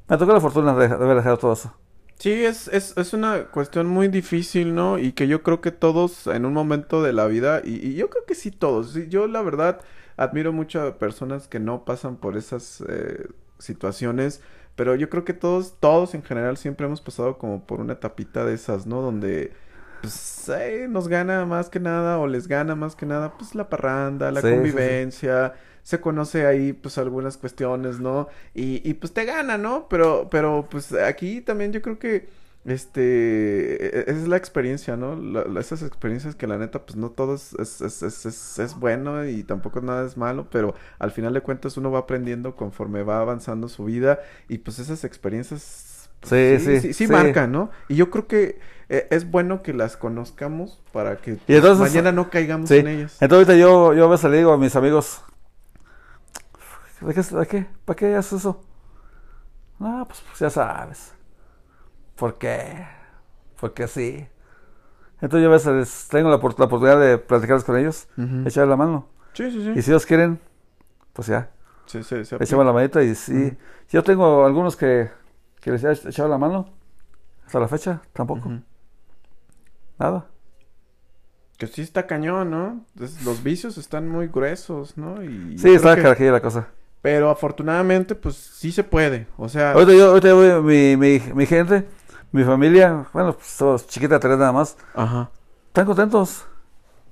Me tocó la fortuna de, de haber dejado todo eso. Sí, es, es, es una cuestión muy difícil, ¿no? Y que yo creo que todos en un momento de la vida, y, y yo creo que sí todos, sí, yo la verdad admiro mucho a personas que no pasan por esas eh, situaciones, pero yo creo que todos, todos en general siempre hemos pasado como por una tapita de esas, ¿no? Donde pues eh, nos gana más que nada o les gana más que nada pues la parranda, la Sí, sí, sí. convivencia, se conoce ahí pues algunas cuestiones, ¿no? Y, y pues te gana, ¿no? Pero, pero pues aquí también yo creo que este e- e- es la experiencia, ¿no? La- la- esas experiencias que la neta pues no todo es, es, es, es, es- es bueno y tampoco nada es malo, pero al final de cuentas uno va aprendiendo conforme va avanzando su vida y pues esas experiencias pues, Sí, sí, sí, sí, sí marcan, ¿no? Y yo creo que eh, es bueno que las conozcamos para que Y entonces- mañana no caigamos Sí. en ellas. Entonces ahorita yo, yo a veces le digo a mis amigos, ¿de qué? ¿De qué? ¿Para qué haces eso? No, pues, pues ya sabes. ¿Por qué? Porque sí. Entonces yo a veces les tengo la, opor- la oportunidad de platicarles con ellos, Ujú. echarles la mano. Sí, sí, sí. Y si ellos quieren, pues ya. Sí, sí, sí. Le echaba la manita y sí. Yo tengo algunos que, que les he echado la mano. Hasta la fecha, tampoco. Ujú. Nada. Que sí está cañón, ¿no? Entonces, los vicios están muy gruesos, ¿no? Y Sí, creo estaba que- carajilla la cosa. Pero afortunadamente, pues sí se puede. O sea, Ahorita yo, ahorita voy, mi, mi, mi gente, mi familia, bueno, pues somos chiquita tres nada más. ajá. Están contentos.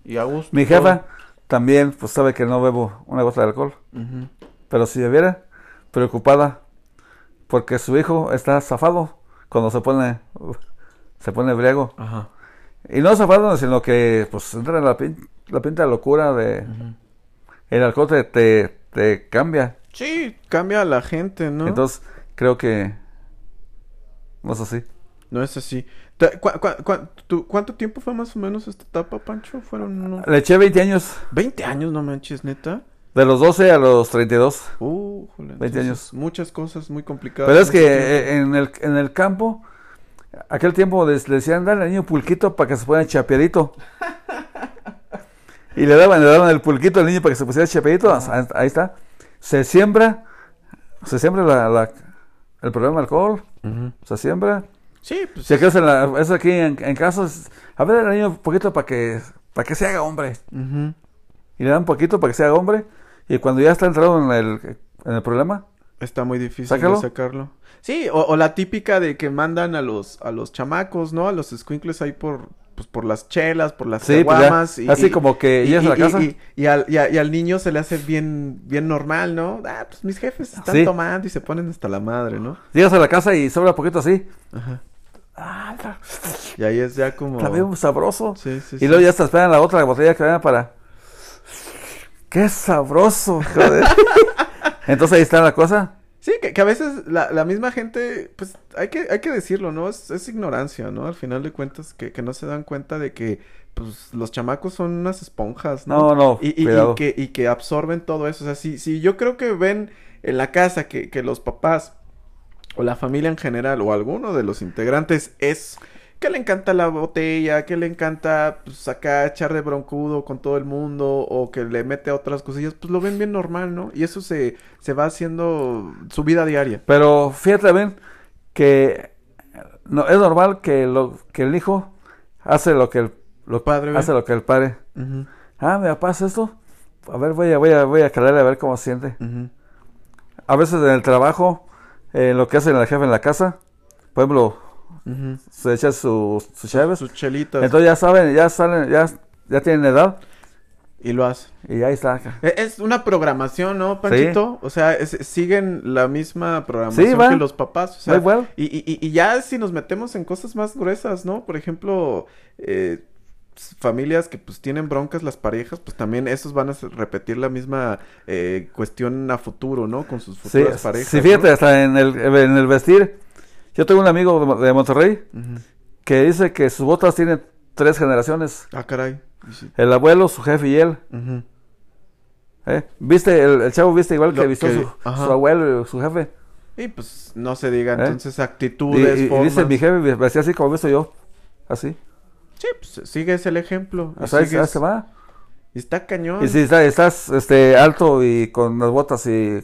Y a gusto. Mi jefa también, pues sabe que no bebo una gota de alcohol. Ujú. Pero si bebiera, preocupada. Porque su hijo está zafado cuando se pone, se pone briago. Ajá. Y no zafado, sino que pues entra en la, pin- la pinta locura de... El alcohol te, te, te cambia. Sí, cambia a la gente, ¿no? Entonces, creo que... No es así. No es así. Ta- cua- cua- cua- tu- ¿Cuánto tiempo fue más o menos esta etapa, Pancho? Fueron unos... Le eché 20 años. 20 años, no manches, neta. De los 12 a los 32. Uh, jole, 20 años. Muchas cosas muy complicadas. Pero es mucho que tiempo. eh, en el, en el campo, aquel tiempo les, le decían, dale al niño pulquito para que se ponga chapeadito. y le daban, le daban el pulquito al niño para que se pusiera chapeadito. Ahí, ahí está. Se siembra, se siembra la, la- el problema del alcohol, Ujú. se siembra. Sí, pues. Si acaso en la- eso aquí en, en casa, es, a ver al niño poquito para que, para que se haga hombre. ujú. Y le dan poquito para que se haga hombre. Y cuando ya está entrado en el, en el problema, Está muy difícil Sácalo. de sacarlo. Sí, o, o la típica de que mandan a los a los chamacos, ¿no? A los escuincles ahí por pues por las chelas, por las Sí, pues ya, caguamas así como que llegas a la casa. y- y al, y a- y al niño se le hace bien bien normal, ¿no? Ah, pues mis jefes están Sí. tomando y se ponen hasta la madre, ¿no? llegas a la casa y sobra poquito así. Ajá. Ah, la- Y ahí es ya como Está bien sabroso. Sí, sí, y sí. luego ya te esperan la otra botella que venga para. ¡Qué sabroso! Joder. Entonces ahí está la cosa. Sí, que, que a veces la, la misma gente, pues hay que, hay que decirlo, ¿no? Es, es ignorancia, ¿no? Al final de cuentas, que, que no se dan cuenta de que, pues, los chamacos son unas esponjas, ¿no? No, no, Y, y- y cuidado. que, y que absorben todo eso. O sea, si, si yo creo que ven en la casa que, que los papás o la familia en general o alguno de los integrantes es que le encanta la botella, que le encanta pues, acá echar de broncudo con todo el mundo o que le mete otras cosillas, pues lo ven bien normal, ¿no? Y eso se, se va haciendo su vida diaria. Pero fíjate bien que no, es normal que, lo, que el hijo hace lo que el lo- Padre, ¿eh? ¿ve? hace lo que el padre. Ah, mi papá hace esto. A ver, voy a, voy a, voy a calarle a ver cómo siente. Ujú. A veces en el trabajo, eh, lo que hace el jefe en la casa, por ejemplo, Ujú. se echa sus su chaves. Sus chelitas Entonces ya saben, ya salen, ya, ya tienen edad y lo hace. y ahí está. acá. E- Es una programación, ¿no, Panchito? O sea, es- siguen la misma programación Sí, va. que los papás. O sea, Da igual. Y, y- y- y ya si nos metemos en cosas más gruesas, ¿no? Por ejemplo, eh, s- familias que pues tienen broncas las parejas, pues también esos van a s- repetir la misma eh, cuestión a futuro, ¿no? Con sus Sí, futuras parejas. sí, ¿no? fíjate, hasta en el, en el vestir. Yo tengo un amigo de Mon- de Monterrey Ujú. que dice que sus botas tienen tres generaciones. Ah, caray. Y sí. El abuelo, su jefe y él. Ujú. ¿eh? Viste, el, el chavo viste igual Lo que vistió que- su, ajá. su abuelo y su jefe. Y pues no se diga ¿Eh? entonces Y, actitudes, y- y formas. dice mi jefe, vestía así como visto yo. Así. Sí, pues sigues el ejemplo. y O sea, ahí se- sigues- ahí Ah. se va. y está cañón. Y si está- estás este, alto y con las botas y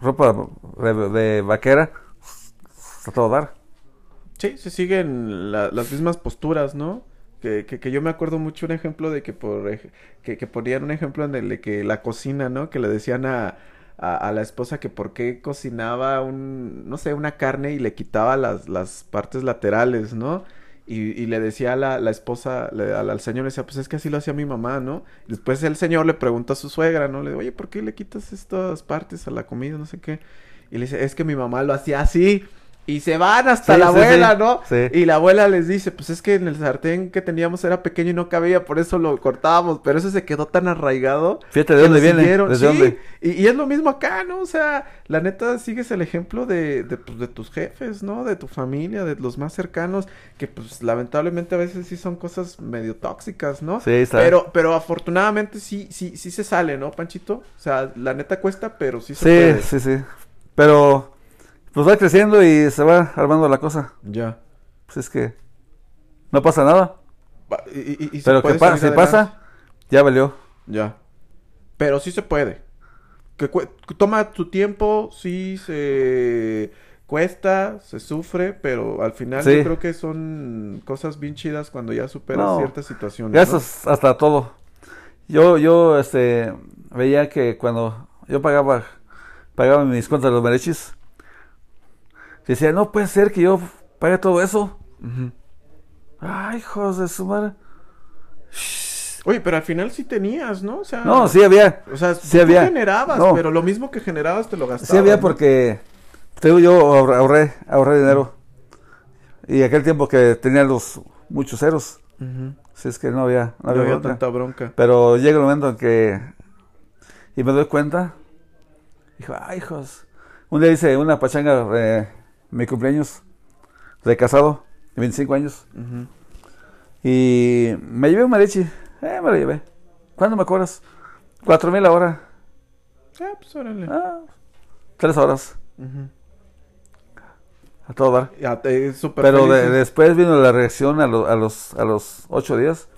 ropa de, de vaquera, está todo a dar. Sí, se siguen la- las mismas posturas, ¿no? Que, que, que yo me acuerdo mucho un ejemplo de que por ej- que, que ponían un ejemplo en el de que la cocina, ¿no? Que le decían a, a, a la esposa que por qué cocinaba un, no sé, una carne y le quitaba las, las partes laterales, ¿no? Y, y le decía a la, la esposa, le- al, al señor, le decía, pues es que así lo hacía mi mamá, ¿no? Y después el señor le pregunta a su suegra, ¿no? Le dice, oye, ¿por qué le quitas estas partes a la comida? No sé qué. Y le dice, es que mi mamá lo hacía así. Y se van hasta Sí, la sí, abuela, sí. ¿no? Sí. Y la abuela les dice, pues es que en el sartén que teníamos era pequeño y no cabía, por eso lo cortábamos, pero eso se quedó tan arraigado. Fíjate de que dónde lo viene. siguieron. ¿Desde Sí, dónde? Y, y es lo mismo acá, ¿no? O sea, la neta sigues el ejemplo de, de, pues, de tus jefes, ¿no? De tu familia, de los más cercanos, que pues lamentablemente a veces sí son cosas medio tóxicas, ¿no? Sí, está. Pero, pero afortunadamente sí, sí, sí se sale, ¿no, Panchito? O sea, la neta cuesta, pero sí se Sí, puede. sí, sí. Pero pues va creciendo y se va armando la cosa. Ya. Pues es que no pasa nada. Va- Y, y- y se Pero que puede pasa, salir si adelante. pasa, ya valió. Ya. Pero sí se puede. que cue- toma su tiempo, sí se cuesta, se sufre, pero al final Sí. yo creo que son cosas bien chidas cuando ya superas No, ciertas situaciones. Ya ¿no? eso es hasta todo. Yo, yo, este, veía que cuando yo pagaba, pagaba mis cuentas de los merechis, decía, no puede ser que yo pague todo eso. Ujú. Ay, hijos de su madre. Oye, pero al final sí tenías, ¿no? O sea, No, sí había, o sea, sí tú había. generabas, No. pero lo mismo que generabas te lo gastabas. sí había ¿no? porque, te digo, yo ahor- ahorré, ahorré dinero. Y aquel tiempo que tenía los muchos ceros, Ujú. si es que no había, no No había, había bronca. tanta bronca. Pero llega el momento en que. Y me doy cuenta. Dijo, ay, hijos. Un día hice una pachanga eh, mi cumpleaños de casado, de 25 años. Ujú. Y me llevé un mariachi. Eh, me lo llevé. ¿Cuándo me cobras? Cuatro mil la hora. Ah, pues órale. Ah, tres horas. Ujú. A todo dar. Ya, te- es súper Pero de- feliz, ¿eh? después vino la reacción a, lo- a los, a los ocho días.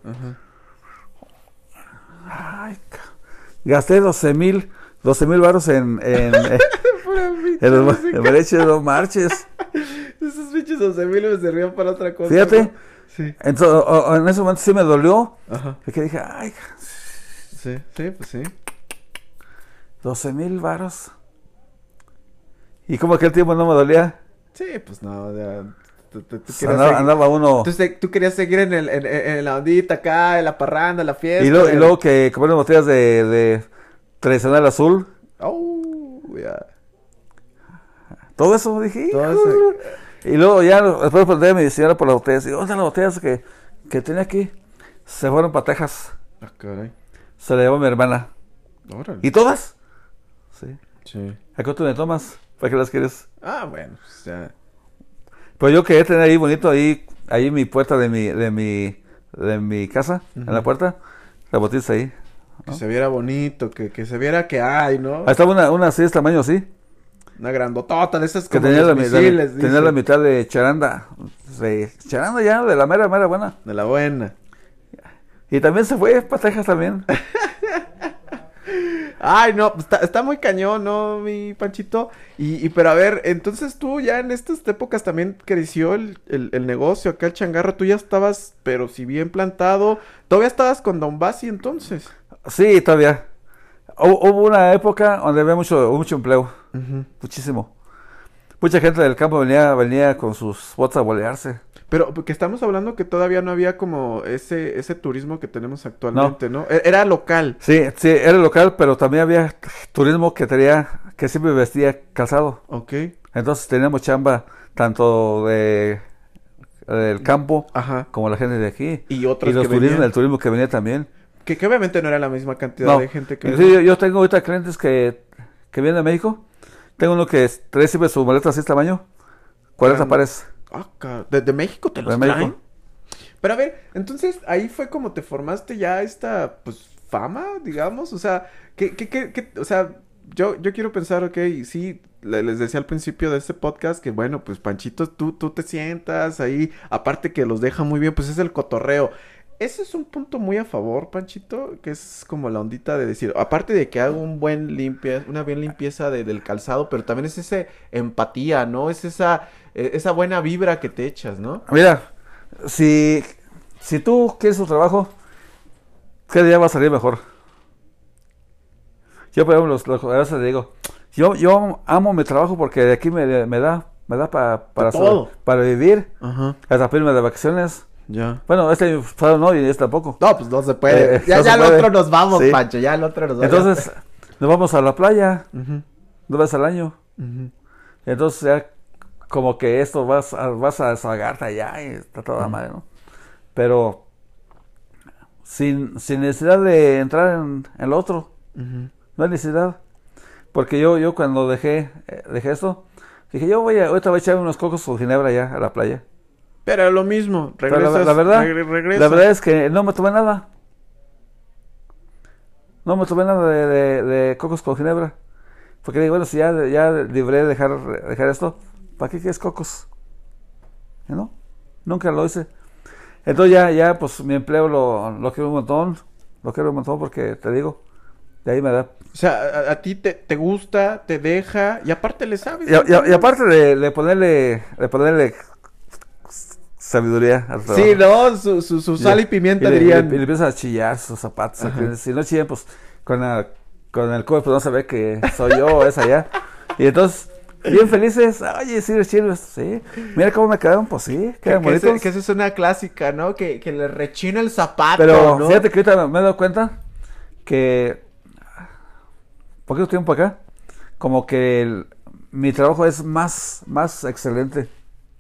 Ajá. Ay, ca- gasté 12 mil, 12 mil baros en, en, en, Pura pinche en los- música. en mariachi, no marches. Esos pinches 12 mil servían para otra cosa. Fíjate. ¿no? Sí. Entonces, o- o- en ese momento sí me dolió. Ajá. Porque dije, ay, ca- Sí, sí, pues sí. 12 mil varos. Y como aquel tiempo no me dolía, pues, Sí, pues no, ya. Tú, tú- tú querías andaba, seguir- andaba uno. tú se- tú querías seguir en, el, en, en- en la ondita acá, en la parranda, en la fiesta. Y, luego- y en- luego que compraron botellas de, de tradicional azul. Oh, ya. Todo eso, dije. Todo eh, "Híjole". Y luego ya después pregunté a mi señora por las botellas. Y, ¿dónde están las botellas que, que tenía aquí? Se fueron para Texas. Ah, caray. Se las llevó mi hermana. Órale. ¿Y todas? Sí. Sí. ¿A cuánto me tomas? ¿Para qué las quieres? Ah, bueno, pues ya. Pues yo quería tener ahí bonito, ahí, ahí en mi puerta de mi, de mi, de mi casa, en la Ujú. puerta, la botella ahí. Que ¿No? se viera bonito, que, que se viera que hay, ¿no? Ahí estaba una, una Ah. así de este tamaño así, Una grandotota de esas que como tenía los la, mi- la mi- misiles, tenía dice. la mitad de charanda, de charanda ya, de la mera, mera buena. De la buena. Y también se fue para Texas también. Ay, no, pues, está, está muy cañón, ¿no, mi Panchito? Y, y, pero a ver, entonces tú ya en estas épocas también creció el, el- el negocio, acá el changarro, tú ya estabas, pero si bien plantado, todavía estabas con Don Basi entonces. Sí, todavía. Hu- Hubo una época donde había mucho, mucho empleo, muchísimo. Mucha gente del campo venía, venía con sus botas a bolearse. Pero porque estamos hablando que todavía no había como ese, ese turismo que tenemos actualmente, ¿no? E- Era local. Sí, sí, era local, pero también había turismo que tenía, que siempre vestía calzado. Ok. Entonces teníamos chamba tanto de del campo Ajá. como la gente de aquí. Y otros Y los que turismos, venían. el turismo que venía también. Que, que obviamente no era la misma cantidad No, de gente que... sí, yo, yo tengo ahorita clientes que, que vienen de México. Tengo uno que es- trae siempre su maleta así de tamaño, 40 Grande. pares. Ah, ca- ¿De, de México te De los México. traen? Pero a ver, entonces ahí fue como te formaste ya esta, pues, fama, digamos. O sea, que, que, que, que- o sea, yo, yo quiero pensar, ok, sí, le- les decía al principio de este podcast que, bueno, pues, Panchito, tú, tú te sientas ahí, aparte que los deja muy bien, pues es el cotorreo. Ese es un punto muy a favor, Panchito, que es como la ondita de decir, aparte de que hago un buen limpia, una bien limpieza de- del calzado, pero también es esa empatía, ¿no? Es esa, eh, esa buena vibra que te echas, ¿no? Mira, si, si tú quieres tu trabajo, ¿qué día va a salir mejor? Yo, por ejemplo, los, los jugadores les digo, yo, yo amo mi trabajo porque de aquí me, me da, me da pa- para, sobre- todo. para vivir, Ajá, hasta para irme de vacaciones. ya. Bueno, este año pasado no y este tampoco. No, pues no se puede. Eh, ya ya no se al puede. otro nos vamos, Sí. Pancho, ya al otro nos vamos. Entonces, nos vamos a la playa Ujú, dos veces al año. ujú. Entonces, ya como que esto vas a, vas a desahogarte allá y está toda madre, ¿no? Pero sin, sin necesidad de entrar en, en lo otro, Ujú. no hay necesidad. Porque yo, yo cuando dejé, eh, dejé esto, dije, yo voy a, ahorita voy a echar unos cocos con ginebra allá a la playa. Pero lo mismo, Pero regresas, la, la verdad, regre- regresas. la verdad es que no me tomé nada. No me tomé nada de, de- de cocos con ginebra. Porque digo, bueno, si ya, ya libré de dejar, dejar esto, ¿para qué quieres cocos? Y ¿No? Nunca lo hice. Entonces ya, ya pues mi empleo lo, lo quiero un montón. Lo quiero un montón porque te digo, De ahí me da. O sea, a, a ti te, te gusta, te deja y aparte le sabes. Y, a- y a- y aparte de, de ponerle, de ponerle sabiduría al trabajo. Sí, ¿no? Su, su, su Pues sal y pimienta le- y dirían. le- Y, le empiezan a chillar sus zapatos. Ajá. Si no chillan, pues con, la- con el cuerpo no se ve que soy yo o es allá. Y entonces, bien felices. Oye, sí, les sirve. Sí. Mira cómo me quedaron. Pues sí, que, quedan que ese- bonitos. que esa es una clásica, ¿no? Que, que le rechina el zapato, Pero ¿no? fíjate que ahorita me he dado cuenta que poquito tiempo acá, como que el- mi trabajo es más, más excelente.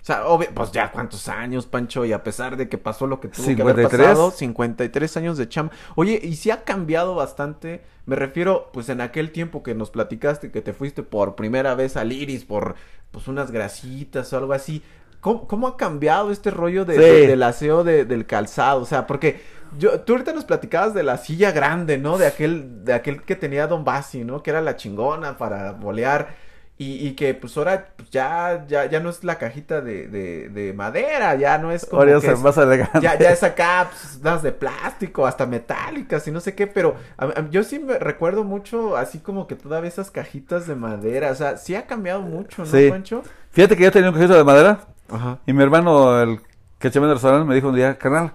O sea, obvio, pues ya cuántos años, Pancho, y a pesar de que pasó lo que tuvo que haber 53. pasado, 53 años de chamba. Oye, y si ha cambiado bastante, me refiero, pues en aquel tiempo que nos platicaste que te fuiste por primera vez al Iris por, pues unas grasitas o algo así. ¿Cómo, cómo ha cambiado este rollo de, Sí. de- del aseo de- del calzado? O sea, porque yo, tú ahorita nos platicabas de la silla grande, ¿no? De aquel, de aquel que tenía Don Basi, ¿no? Que era la chingona para bolear. Y, y que pues ahora pues, ya, ya, ya no es la cajita de, de, de madera, ya no es como Ahora ya que se- es- más elegante. ya, ya es acá, pues, unas de plástico, hasta metálicas y no sé qué, pero a- a- yo sí me recuerdo mucho así como que todavía esas cajitas de madera, o sea, sí ha cambiado mucho, ¿no, Sí. Pancho? Fíjate que yo tenía un cajito de madera Ajá. y mi hermano, el que echaba en el restaurante, me dijo un día, carnal,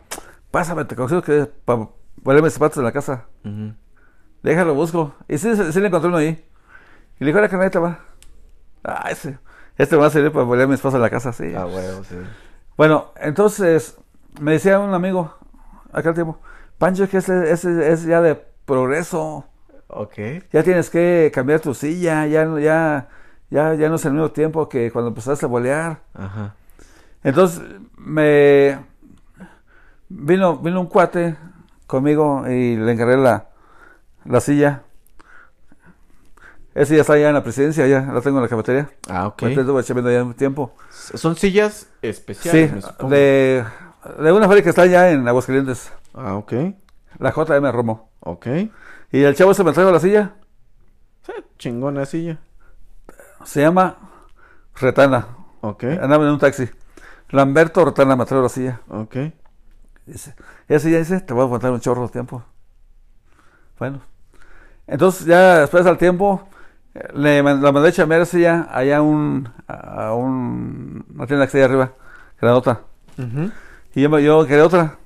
pásame, te consigo que para ponerme zapatos en la casa. Déjalo, busco. Y sí, sí, sí le encontré uno ahí. Y le dijo, ahora carnal, ahí te va. Ah, ese. Este me va a servir para poner a mi esposa en la casa, sí. Ah, huevo, sí. Bueno, entonces me decía un amigo aquel tiempo, Pancho, es que ese, ese es ya de progreso, Ok. ya tienes que cambiar tu silla, ya, no- ya, ya, ya no es el mismo tiempo que cuando empezaste a bolear. Ajá. Entonces me vino, vino un cuate conmigo y le encargué la, la silla. Ese ya está allá en la presidencia, ya la tengo en la cafetería. Ah, ok. Me estuve echando ya un tiempo. S- Son sillas Sí, especiales, me supongo. de, de una fábrica que está allá en Aguascalientes. Ah, ok. La JM Romo. Ok. Y el chavo se me trajo la silla. Sí, chingona silla. Se llama Retana. Ok. Andaba en un taxi. Lamberto Retana me trajo la silla. Ok. Dice, y esa silla dice, te voy a aguantar un chorro de tiempo. Bueno. Entonces ya después al tiempo eh, le man- la mandé a chambear esa silla allá a un, a a un una tienda que está allá arriba, granota. Ujú. Y yo, me- yo quería otra.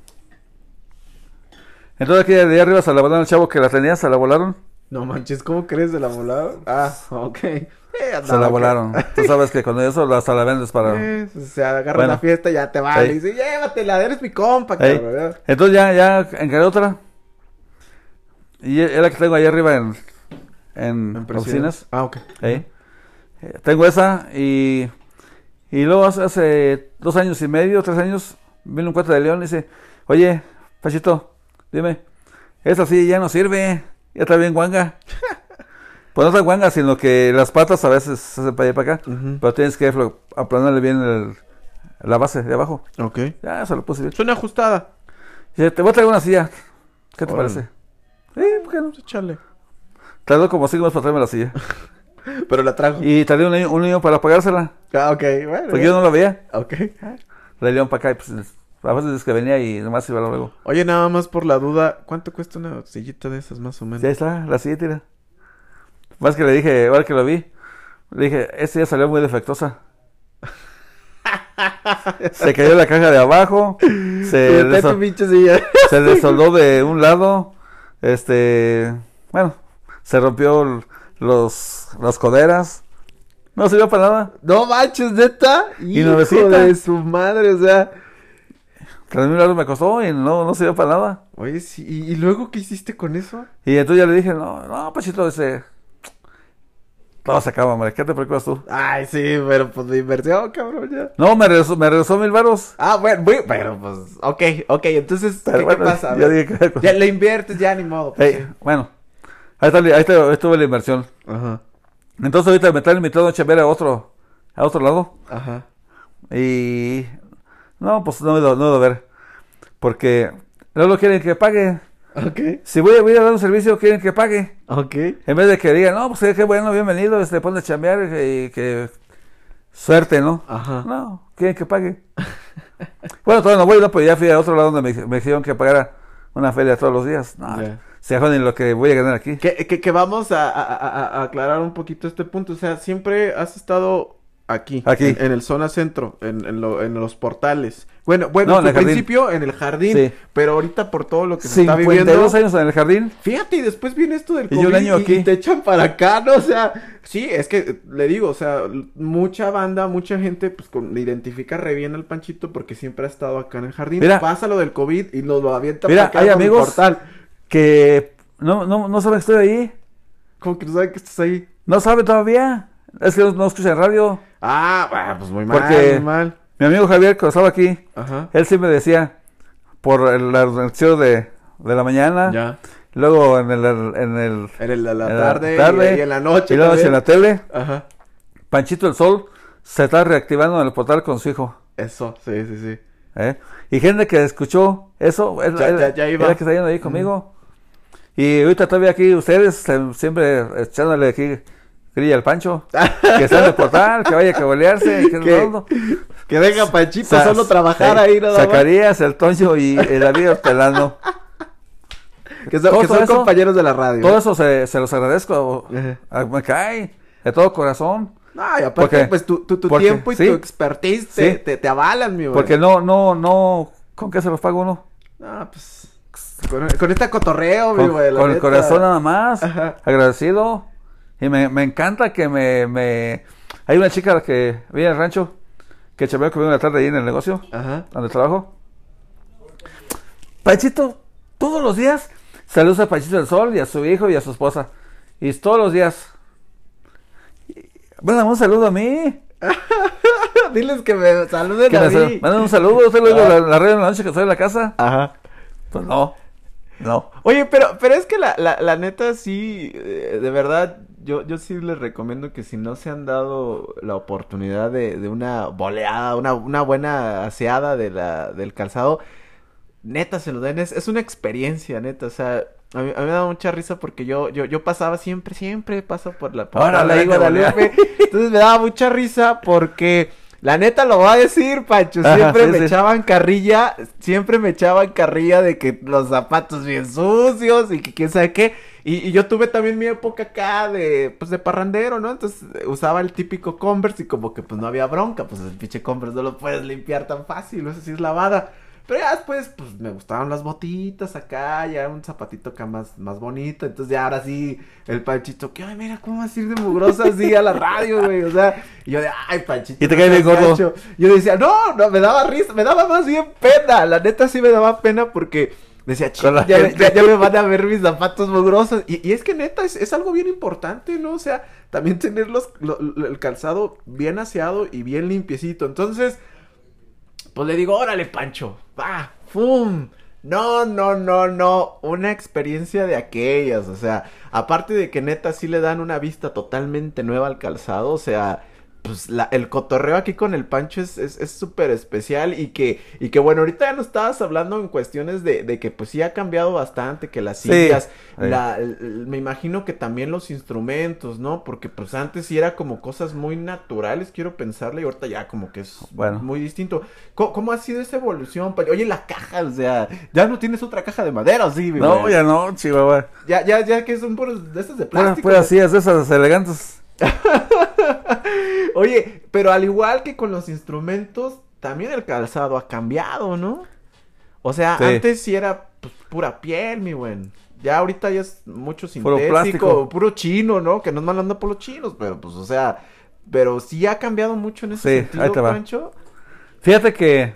Entonces aquí de allá arriba se la mandaron al chavo que la tenía, se la volaron. No manches, ¿cómo crees de la volada? Ah, ok. Eh, Se andaba la acá. volaron. Tú sabes que cuando eso hasta la vendes para. Eh, se agarra Bueno. la fiesta, ya te vale. Ey. Y dice, llévatela, eres mi compa, Ey. cabrón. ¿verdad? Entonces ya, ya encaré otra. Y es es la que tengo allá arriba en, en, oficinas. Ah, ok. Ey. Eh, Tengo esa y, y luego hace, hace dos años y medio, tres años, vino un cuate de León y dice, oye, Pachito, dime, esa sí ya no sirve, ya está bien guanga. pues no está guanga, sino que las patas a veces se hacen para allá y para acá, Ujú. pero tienes que flo- aplanarle bien el- la base de abajo. Ok. Ya se lo puse bien. Suena ajustada. Dice, te voy a traer una silla. ¿Qué te Órale. parece? Sí, ¿por qué no? Échale. Tardó como cinco meses para traerme la silla. Pero la trajo. Y tardé un año, un año para pagársela, Ah, ok. Bueno. porque ya. yo no la veía. Ok. de León para acá y pues a veces es que venía y nomás iba luego. Oye, nada más por la duda, ¿cuánto cuesta una sillita de esas más o menos? Ya está, la siguiente era. Más que le dije, ahora que lo vi, le dije, esta ya salió muy defectuosa. se cayó la caja de abajo, se, Está tu deso- pinche silla. se desoldó de un lado, este, bueno, se rompió l- los, las coderas, no sirvió para nada. No manches, neta. Y Hijo nuevecita. de su madre, o sea. Tres mil dólares me costó y no, no sirvió para nada. Oye, sí. ¿Y, y luego qué hiciste con eso? Y entonces ya le dije, no, no, Pachito, ese... No, se acaba, hombre, ¿qué te preocupas tú? Ay, sí, pero pues mi inversión, cabrón, ya. No, me regresó, me regresó mil varos. Ah, bueno, muy- pero pues, ok, ok, entonces, ¿qué, Pero qué bueno, pasa? A Ya ver. dije que- Ya le inviertes, ya ni modo. pues, Ey, sí. bueno, ahí, está, ahí, está- ahí estuvo la inversión. Ajá, Entonces ahorita me traen invitado a chambear a otro, a otro lado. ajá. Y... No, pues no, me lo- no lo ver. Porque no lo quieren que pague. Ok, Si voy a, voy a dar un servicio, quieren que pague. ok. En vez de que digan, no, pues qué bueno, bienvenido, este, ponte a chambear y que, y que suerte, ¿no? Ajá. No, quieren que pague. bueno, todavía no voy, no, pero ya fui a otro lado donde me, me dijeron que pagara una feria todos los días. No, Ya. se joden lo que voy a ganar aquí. Que, que, que vamos a, a- a- a aclarar un poquito este punto. O sea, siempre has estado aquí. Aquí. En, en el zona centro, en, en, lo- en los portales. Bueno, bueno, No, en en el jardín. principio en el jardín. Sí. Pero ahorita por todo lo que se está 52 viviendo. años en el jardín. Fíjate, y después viene esto del Y yo un año y- aquí. y te echan para acá, ¿no? O sea, sí, es que eh, le digo, o sea, l- mucha banda, mucha gente, pues, con, identifica re bien al Panchito porque siempre ha estado acá en el jardín. Mira. Pasa lo del COVID y nos lo avienta Mira, hay por el amigos- portal. Que no, no, no saben que estoy ahí. Como que no saben que estás ahí. No saben todavía. Es que no, no escuchan radio. Ah, bueno, pues muy mal, Porque- muy mal. Mi amigo Javier, cuando estaba aquí, Ajá. él siempre decía, por el anuncio de, de la mañana, Ya. luego en el, en el En el- la, la Ah. en tarde, Y, y en la noche. y la noche también. en la tele, Ajá. Panchito el Sol se está reactivando en el portal con su hijo. Eso, sí, sí, sí. ¿eh? Y gente que escuchó eso, era, Ya- era- ya- ya iba. era que está yendo ahí conmigo. Y ahorita todavía aquí ustedes, eh, siempre echándole aquí grilla al Pancho, que está en el portal, que vaya a cabolearse, que es Que- redondo. Que venga Panchito Sa- solo trabajar sa- ahí nada Zacarías, el Toño y el David Hortelano. más. Que, son- todo que son eso- compañeros de la radio. Todo eso se, se los agradezco. Ajá. a- Me cae de todo corazón. No, y aparte, Porque- pues tu, tu, tu porque- tiempo y sí. tu expertise te, Sí. te, te avalan, mi güey. Porque no, no, no. ¿Con qué se los pago uno? Ah, pues. Con, con este cotorreo, mi Con, güey. la con el neta. corazón nada más. Ajá. Agradecido. Y me, me encanta que me, me. Hay una chica que viene al rancho que chambeó conmigo en la tarde ahí en el negocio Ajá. donde trabajo. Panchito, todos los días saludos a Panchito del Sol y a su hijo y a su esposa. Y todos los días. Y- Bueno, un saludo a mí. Diles que me saluden Que a me sal- mí. Manden un saludo. Usted lo Ah. digo la, la radio en la noche que estoy en la casa. Ajá. Pues no. No. Oye, pero, pero es que la, la, la neta sí, eh, de verdad, yo, yo sí les recomiendo que si no se han dado la oportunidad de, de una boleada, una, una buena aseada de la, del calzado, neta se lo den, es, es una experiencia, neta, o sea, a mí, a mí me da mucha risa porque yo, yo, yo pasaba siempre, siempre paso por la por Ahora la la Guadalupe, Guadalupe. entonces me daba mucha risa porque... La neta lo voy a decir, Pancho, Ajá, siempre sí, me sí. echaban carrilla, siempre me echaban carrilla de que los zapatos bien sucios y que quién sabe qué. Y, y yo tuve también mi época acá de, pues, de parrandero, ¿no? Entonces eh, usaba el típico Converse y como que pues no había bronca, pues el pinche Converse no lo puedes limpiar tan fácil, no sé si es lavada. Pero ya después, pues, me gustaban las botitas acá, ya un zapatito acá más, más bonito. Entonces ya ahora sí, el Panchito, que, ay, mira, ¿cómo vas a ir de mugrosa así a la radio, güey? O sea, y yo de, ay, Panchito. Y te no cae bien seas gordo. gacho". Yo decía, no, no, me daba risa, me daba más bien pena. La neta sí me daba pena porque decía, "Chin, Con la ya, gente". ya- ya me van a ver mis zapatos mugrosos. Y, y es que neta, es, es algo bien importante, ¿no? O sea, también tener los, lo- lo- el calzado bien aseado y bien limpiecito. Entonces, pues le digo, órale, Pancho, va, ¡fum! No, no, no, no, una experiencia de aquellas, o sea, aparte de que neta sí le dan una vista totalmente nueva al calzado, o sea, pues la- el cotorreo aquí con el Pancho es es- es súper especial y que, y que bueno, ahorita ya nos estabas hablando en cuestiones de, de que pues sí ha cambiado bastante, que las Sí, sillas, sí. la- l- l- me imagino que también los instrumentos, ¿no? Porque pues antes sí era como cosas muy naturales, quiero pensarle, y ahorita ya como que es Bueno. muy distinto. ¿Cómo, cómo ha sido esa evolución? Pancho? Oye, la caja, o sea, ya no tienes otra caja de madera, sí, mi No, güey? ya no, Chihuahua. ya, ya, ya que son puros de estas de Pues, plástico. pues así es, esas elegantes. Oye, pero al igual que con los instrumentos, también el calzado ha cambiado, ¿no? O sea, Sí. antes sí era pues, pura piel, mi buen. Ya ahorita ya es mucho Puro sintético, puro, plástico. chino, ¿no? Que nos mandando por los chinos, pero pues, o sea, pero sí ha cambiado mucho en ese Sí, sentido, ahí te va. Pancho. Fíjate que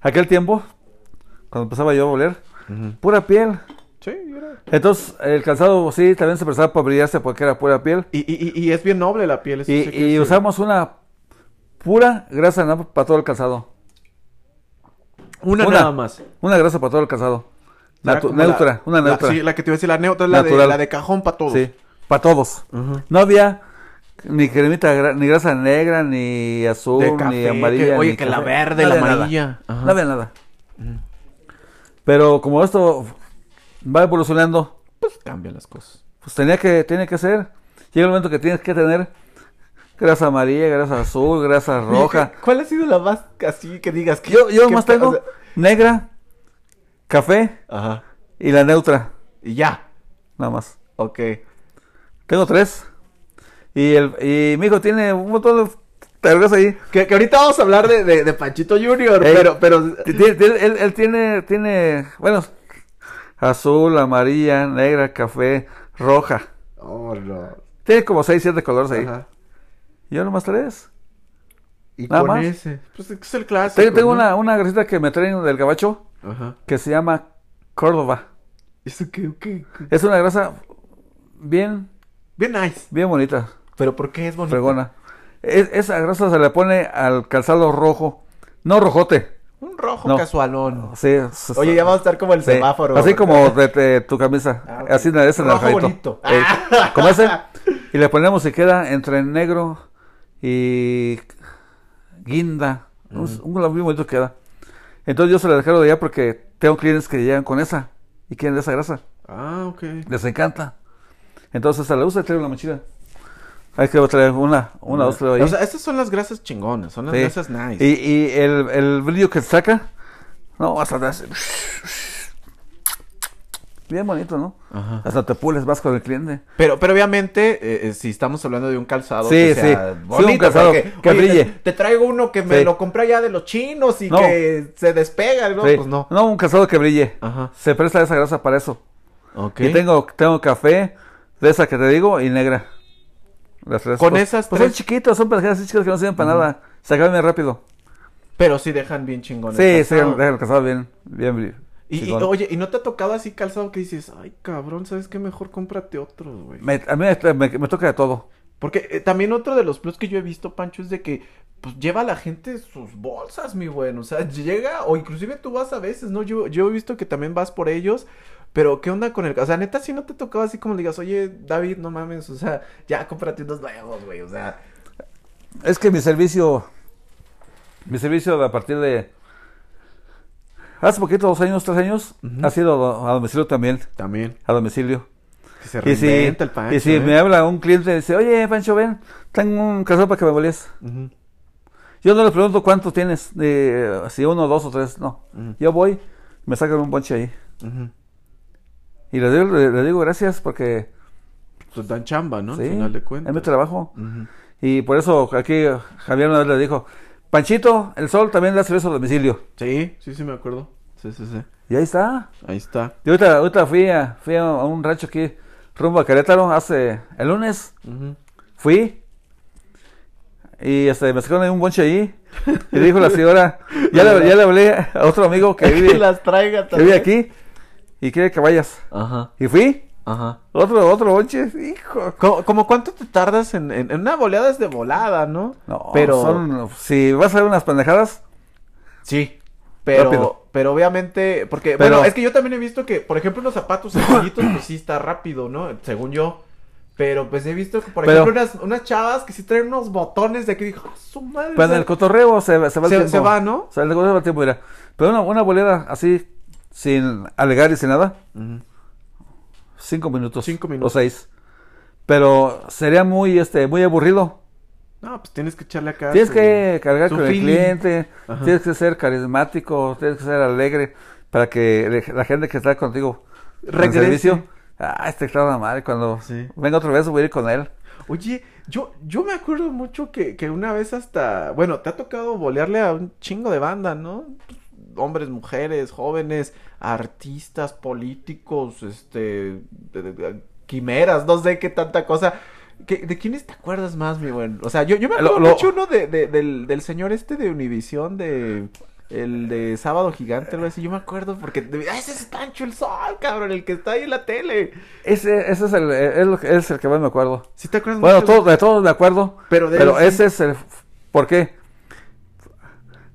aquel tiempo, cuando empezaba yo a voler, pura piel. Sí, era. Entonces, el calzado sí también se prestaba para brillarse porque era pura piel. Y, y, y- y es bien noble la piel. eso Y, sí que y sí. usamos una pura grasa nada más para todo el calzado. una, una. nada más. Una grasa para todo el calzado. Era Natu- como la- neutra, una la- neutra. sí, sí, la que te iba a decir, la neutra es la de, Natural. la de cajón para todos. para todos. Ujú. No había ni cremita, gra- ni grasa negra, ni azul, De café, ni amarilla. que- oye, ni que la café. verde, la había nada. amarilla. Ajá. No había nada. Pero como esto va evolucionando, Pues cambian las cosas. pues tenía que, tiene que ser. Llega el momento que tienes que tener grasa amarilla, grasa azul, grasa roja. Oye, ¿Cuál ha sido la más así que digas que Yo, yo que más pe- tengo o sea, negra, café ajá. y la neutra. Y ya. nada más. Ok. Tengo tres. Y, el, y mi hijo tiene un montón de vergas ahí. Que, que ahorita vamos a hablar de, de, de Panchito Junior, Ey, pero, pero. Ti- tiene- tiene- él, él tiene, tiene, bueno, azul, amarilla, negra, café, roja. Oh, no. Tiene como seis, siete colores ahí. Ajá. Y Yo nomás tres. Y Nada con más. ese. Pues es el clásico. Tengo, tengo ¿no? una, una grisita que me traen del gabacho Ajá. que se llama Córdoba. ¿Eso qué, qué, qué? Es una grasa bien, Bien nice. bien bonita, Pero ¿por qué es bonito? fregona. Es- esa grasa se le pone al calzado rojo, no rojote. Un rojo No. casualón. Sí, s- Oye, ya vamos a estar como el sí, semáforo. Así como de, de tu camisa. Ah, ok. Así de ese Rojo naranjadito. bonito. Ah. Ey, Eh, como ese. Y le ponemos y queda entre negro y guinda. Un- Un color muy bonito queda. Entonces yo se la dejaron de allá porque tengo clientes que llegan con esa y quieren de esa grasa. Ah, ok. Les encanta. Entonces se la usa y traigo la mochila. Hay que traer una, una, dos, tres ahí. O sea, estas son las grasas chingonas, son las Sí. grasas nice. Y, y el, el brillo que saca, no, hasta te hace- Bien bonito, ¿no? Ajá. Hasta te pules, vas con el cliente. Pero, pero obviamente, eh, eh, si estamos hablando de un calzado Sí, que sí. sea Sí, un bonito, calzado porque, que oye, brille. Te, te traigo uno que me Sí. lo compré allá de los chinos y No. que se despega, ¿no? Sí. Pues no. un calzado que brille. Ajá. Se presta esa grasa para eso. Ok. Y tengo, tengo café, de esa que te digo, y negra. Las tres. Con Pues- esas pues tres- son chiquitos, son pendejadas así chicas que no sirven para nada. Se acaban bien rápido. Pero sí dejan bien chingón. el Sí, sí, calzado. dejan el calzado bien, bien brillo. Y, y, chingón. oye, ¿y no te ha tocado así calzado que dices, ay, cabrón, ¿sabes qué? Mejor cómprate otro, güey? Me- a mí me, me- me toca de todo. Porque eh, también otro de los plus que yo he visto, Pancho, es de que pues lleva la gente sus bolsas, mi bueno. O sea, llega, o inclusive tú vas a veces, ¿no? Yo, yo he visto que también vas por ellos. Pero, ¿qué onda con el... O sea, neta, si no te tocaba así como le digas, oye, David, no mames, o sea, ya cómprate unos nuevos, güey, o sea... Es que mi servicio, mi servicio a partir de hace poquito, dos años, tres años, ha sido do- a domicilio también, También. a domicilio. Que se Y si, reinventa el Pancho, y si ¿eh? me habla un cliente y dice, oye, Pancho, ven, tengo un calzado para que me volies. Ujú. Yo no le pregunto cuánto tienes, de, si uno, dos o tres, no. Ujú. Yo voy, me sacan un ponche ahí. Ujú. Y le digo, le, le digo gracias porque, Pues dan chamba, ¿no? sí, Al final de es mi cuentas. trabajo. Ujú. Y por eso aquí Javier una vez le dijo, Panchito, el sol también da servicio a domicilio. Sí, sí, sí me acuerdo. Sí, sí, sí. Y ahí está. Ahí está. Yo ahorita, ahorita fui, a, fui a un rancho aquí rumbo a Querétaro hace el lunes. Ujú. Fui y este, me sacaron ahí un bonche ahí. Y dijo la señora, ya le, ya le hablé a otro amigo que vive, las traiga que vive aquí y quiere que vayas. Ajá, Y fui, ajá. otro, otro bonche, hijo. Como, como cuánto te tardas en, en, en una boleada es de volada, ¿no? No, pero pero son, si vas a ver unas pendejadas, sí, pero Rápido. pero obviamente porque Pero- bueno, es que yo también he visto que por ejemplo unos zapatos sencillitos pues sí está rápido, ¿no? Según yo. Pero pues he visto que por Pero- ejemplo unas, unas chavas que sí traen unos botones de que dijo, "Ah, su madre. pero Pues, en el cotorreo se, se va el Se- tiempo. se va, ¿no? Se, el cotorreo va el tiempo, mira. Pero una, una bolera así, sin alegar y sin nada, Ujú. Cinco minutos. Cinco minutos. O seis. Pero sería muy, este, muy aburrido. No, pues tienes que echarle acá. Tienes su- que cargar su con el feeling. cliente, Ajá. tienes que ser carismático, tienes que ser alegre para que le- la gente que está contigo en el Regrese. servicio, ah, este está la madre, cuando Sí. venga otra vez voy a ir con él. Oye, yo, yo me acuerdo mucho que, que una vez hasta, bueno, te ha tocado bolearle a un chingo de banda, ¿no? Hombres, mujeres, jóvenes, artistas, políticos, este, de- de- de- quimeras, no sé qué tanta cosa. ¿Qué- ¿De quiénes te acuerdas más, mi buen? O sea, yo, yo me Lo- acuerdo lo- mucho uno de, de- del, del señor este de Univisión, de... El de Sábado Gigante, algo así, yo me acuerdo porque... de- ¡Ah, ese es Pancho el Sol, cabrón! El que está ahí en la tele. Ese, ese es, el, eh, es lo que- es el que más me acuerdo. ¿Sí te acuerdas Bueno, mucho? todo- de todos me acuerdo, Pero pero, de él sí. ese es el... ¿Por qué?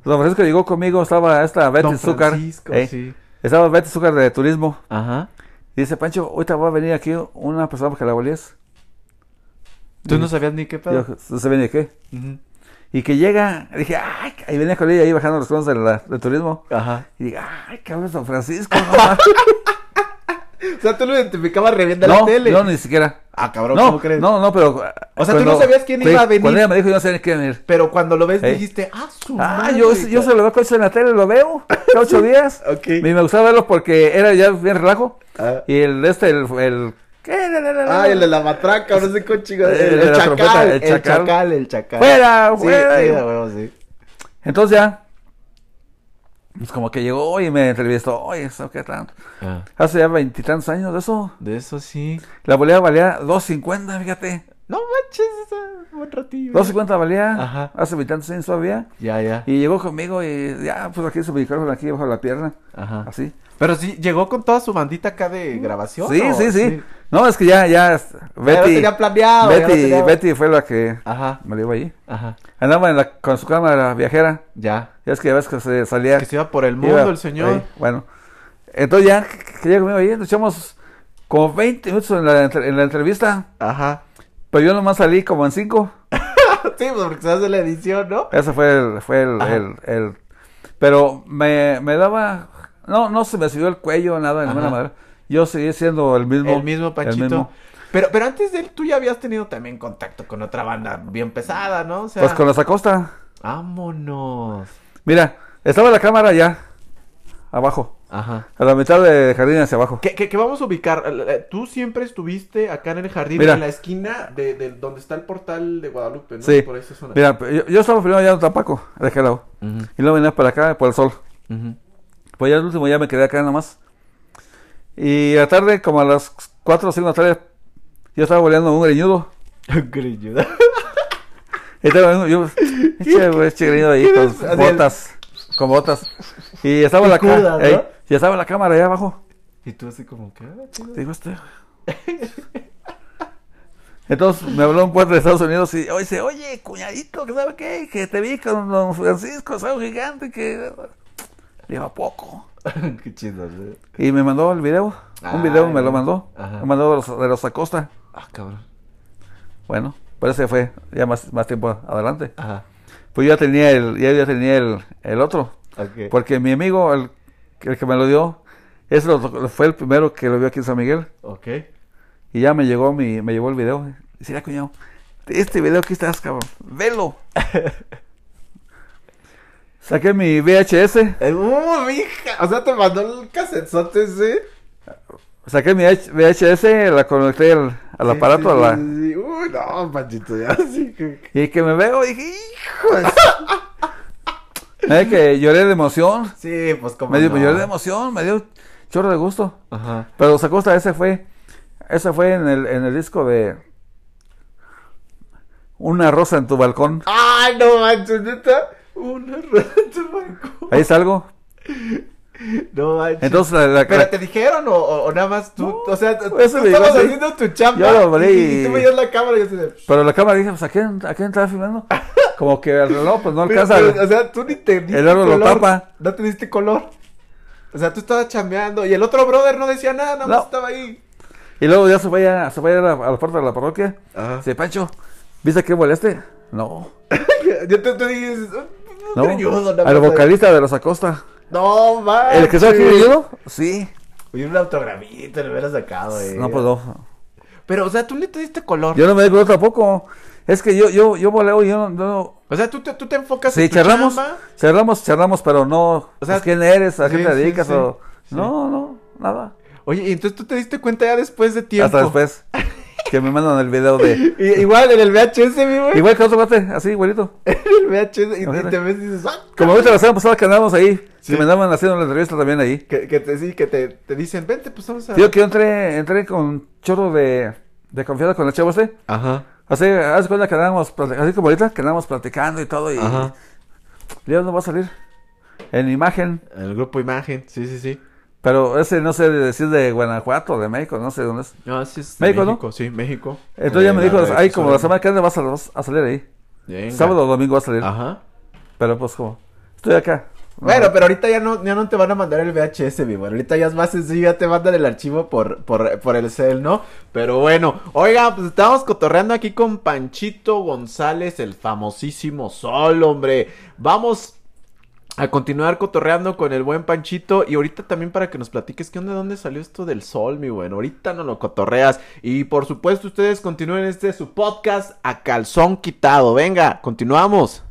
Don Francisco llegó conmigo, estaba esta Betty Don Zúcar. Francisco, ¿eh? sí. Estaba Betty Zúcar de turismo. Ajá. Y dice, Pancho, ahorita va a venir aquí una persona que la volías. Tú no sabías ni qué pedo. Yo, no sé bien de qué. Ujú. Y que llega, dije, ay, ahí venía con ella ahí bajando los conos del, del turismo. Ajá. Y dije, ay, cabrón, San Francisco. no mames". O sea, tú lo identificabas reviendo no, la tele. no, ni siquiera. Ah, cabrón, No, ¿cómo crees? no, no, pero. O sea, tú no sabías quién iba a venir. Cuando ella me dijo, yo no sabía quién iba a venir. Pero cuando lo ves Eh. dijiste, ah, su Ah, madre, yo, yo se lo veo coche en la tele, lo veo. Cada ocho días. Ok. Y me gustaba verlo porque era ya bien relajo. Ah. Y el este, el. el ¿qué? Ah, el de la matraca, no sé qué chingada. El Eh, de El, la chacal, trompeta, el el chacal, chacal. el chacal. Fuera, Sí, fuera. sí, a huevo, sí. Entonces ya. Pues como que llegó y me entrevistó. Oye, eso qué tanto. Hace ya veintitantos años de eso. Ah, De eso sí. La bolera valía 2.50, fíjate. No manches, es un buen ratillo. 2.50 valía. Mm. Ajá. Hace veintitantos años todavía. Ya, ya. Y llegó conmigo y ya, pues aquí su micrófono, aquí bajo la pierna. Ajá. Así. Pero sí, llegó con toda su bandita acá de grabación. Sí, ¿o? sí, sí. No, es que ya, ya. Ya lo Betty. tenía planeado. ya lo Betty, tenía- Betty fue la que Ajá, me lo iba allí. ajá. Andaba en la- con su cámara viajera. Ya. Ya es que ya ves que se salía. Que se iba por el Iba mundo el señor. ahí, bueno, entonces ya que- que llega conmigo ahí, nos echamos como 20 minutos en la, entre- en la entrevista, Ajá. pero yo nomás salí como en 5. Sí, pues porque se hace la edición, ¿no? Ese fue el. Fue el, Ajá. el- el- pero me, me daba. No, no se me subió el cuello, nada, de ninguna Ajá. manera. Yo seguí siendo el mismo. el mismo Panchito. mismo. Pero, pero antes de él, tú ya habías tenido también contacto con otra banda bien pesada, ¿no? O sea, Pues con las Acosta. vámonos. Mira, estaba la cámara allá, abajo, Ajá. a la mitad de jardín hacia abajo. Que, que- que vamos a ubicar. eh, Tú siempre estuviste acá en el jardín, Mira. en la esquina de, de donde está el portal de Guadalupe, ¿no? Sí. Por esa zona. Mira, yo, yo estaba primero allá en Tapaco, de aquel lado, Ujú, y luego venía para acá, por el sol. ujú. Pues ya el último ya me quedé acá nomás. Y a la tarde, como a las 4 o 5 de la tarde, yo estaba boleando un greñudo. Greñuda. Y estaba yo, eche, güey, eche greñudo ahí con ¿Qué eres? botas, con botas. Y estaba la, Picuda, ca- ¿no? ey, y estaba la cámara allá abajo. Y tú así como que... ah, chido. Digo, este. güey. Entonces me habló un puerto de Estados Unidos y oye, dice, oye, cuñadito, que sabe qué? Que te vi con don Francisco, Sao Gigante, que. Le digo, ¿a poco? Qué chido, ¿no? Y me mandó el video. Un Ay, video Ah, me lo güey. mandó. Ajá. Me mandó de los, de los Acosta. Ah, cabrón. Bueno, pero ese fue ya más, más tiempo adelante. Ajá. Pues yo ya tenía el, ya, ya tenía el, el otro. Ok. Porque mi amigo, el, el que me lo dio, ese lo- lo- fue el primero que lo vio aquí en San Miguel. Ok. Y ya me llegó mi, me llegó el video. Dice, "Ya, cuñado, este video aquí estás, cabrón. Velo. Saqué mi VHS, Eh, ¡Uh, mija! O sea, te mandó el casetzote ese. saqué mi VHS, la conecté al, al Sí, aparato, sí, a la, sí, sí, sí. Uy, no, Panchito, ya sí. que- que- Y que me veo y dije, hijo de su-". ¿Sabes que lloré de emoción? Sí, pues como. Me dio, no. lloré de emoción, me dio un chorro de gusto. Ajá. Pero los Acosta, ese fue, ese fue en el, en el disco de Una rosa en tu balcón. ¡Ah, no manches, neta! Una rata, manco. Ahí salgo. No manches. Entonces, la- la- ¿Pero la- te dijeron o, o- o nada más tú? No, o sea, tú tú eso me estabas llegó así. haciendo tu chamba. Yo lo abrí Y, y y- tú veías la cámara y así de. pero la cámara dije, pues, ¿a quién, a quién estaba filmando? Como que al reloj, pues no Pero- alcanza. pero, o sea, tú ni te diste el oro lo tapa. No te diste color. O sea, tú estabas chambeando. Y el otro brother no decía nada, nada más No. estaba ahí. Y luego ya se fue a, se fue a la, a la puerta de la parroquia. Ajá. Dice, Pancho, ¿viste que moleste? No. Yo te, "Ah, te dije. "Un- un No. greñudo, nada Al más". vocalista de los Acosta. No, va. ¿El que sabe aquí venido? Sí. Oye, un autogramito lo hubiera sacado, eh. No, pues no. Pero, o sea, tú ni te diste color. Yo no me digo tampoco. Es que yo, yo, yo voleo y yo no. no- O sea, tú te, tú te enfocas Sí, en tu charlamos, chamba. charlamos, charlamos, pero no. O sea, pues, ¿quién eres? ¿A qué sí, te sí, dedicas? sí, o- sí. No, no, nada. Oye, y entonces tú te diste cuenta ya después de tiempo. Hasta después que me mandan el video de. Y- igual en el VHS, mi güey. Igual eh. que otro guate, así, güerito. En el VHS. Y, y Imagínate. te ves y dices, ¡ah! Como ahorita la semana pasada que andábamos ahí, Sí. que me andaban haciendo la entrevista también ahí. Que, que te, sí, que te, te dicen, vente, pues vamos a. Digo que yo entré, entré con chorro de, de confianza con la chava este. Ajá. Así, haz cuenta que andábamos, plati- así como ahorita, que andábamos platicando y todo. Y Ajá. Dios no va a salir en imagen. El grupo Imagen, sí, sí, sí. Pero ese no sé decir de Guanajuato, de México, no sé dónde es. No, sí, es México, ¿no? Sí, México. Entonces ya Eh, me la dijo, red ay, como la social. semana que viene vas a, vas a salir ahí. Venga. Sábado o domingo vas a salir. Ajá. Pero pues como, estoy acá. Bueno, pero ahorita ya no, ya no te van a mandar el VHS, mi bueno. Ahorita ya es más sencillo, ya te mandan el archivo por, por, por el cel, ¿no? Pero bueno, oiga, pues estamos cotorreando aquí con Panchito González, el famosísimo Sol, hombre. Vamos a continuar cotorreando con el buen Panchito. Y ahorita también para que nos platiques qué onda, dónde salió esto del sol, mi bueno. Ahorita no lo cotorreas. Y por supuesto, ustedes continúen este su podcast a calzón quitado. Venga, continuamos.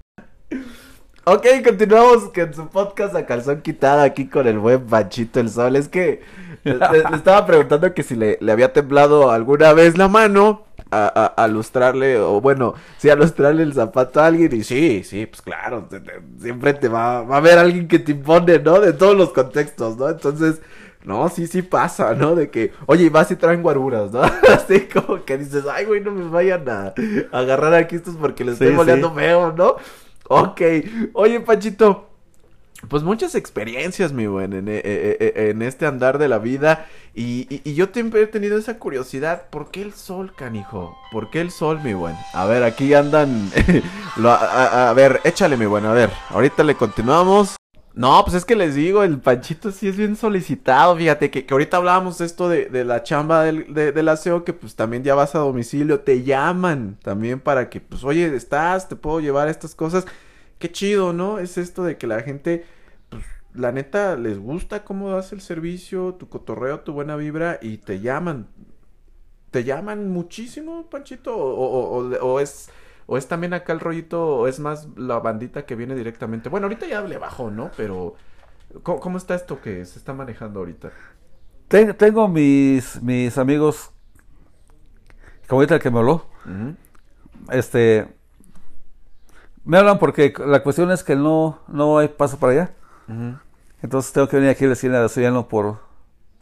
Ok, continuamos con su podcast a calzón quitado aquí con el buen Panchito el Sol. Es que le, le- le estaba preguntando que si le, le había temblado alguna vez la mano a, a- a lustrarle, o bueno, sí, a lustrarle el zapato a alguien. Y sí, sí, pues claro, te- te- siempre te va, va a haber alguien que te impone, ¿no? De todos los contextos, ¿no? Entonces, no, sí, sí pasa, ¿no? De que, oye, y vas y traen guaruras, ¿no? Así como que dices, ay, güey, no me vayan a, a agarrar aquí estos porque les Sí, estoy boleando sí. feo, ¿no? Ok, oye, Panchito. Pues muchas experiencias, mi buen, en, e- e- e- en este andar de la vida. Y, y- y yo siempre he tenido esa curiosidad. ¿Por qué el sol, canijo? ¿Por qué el sol, mi buen? A ver, aquí andan. lo- a, a- a ver, échale, mi buen. A ver, ahorita le continuamos. No, pues es que les digo, el Panchito sí es bien solicitado. Fíjate que, que ahorita hablábamos de esto de, de la chamba del, de- del aseo, que pues también ya vas a domicilio, te llaman también para que, pues, oye, estás, te puedo llevar estas cosas. Qué chido, ¿no? Es esto de que la gente, pues, la neta, les gusta cómo das el servicio, tu cotorreo, tu buena vibra y te llaman. ¿Te llaman muchísimo, Panchito? ¿O, o- o- o es.? ¿O es también acá el rollito, o es más la bandita que viene directamente? Bueno, ahorita ya le bajó, ¿no? Pero, ¿cómo, cómo está esto que se está manejando ahorita? Ten- tengo mis, mis amigos, como ahorita el que me habló, Ujú. este, me hablan porque la cuestión es que no, no hay paso para allá. Ujú. Entonces tengo que venir aquí a decirle a Soriano por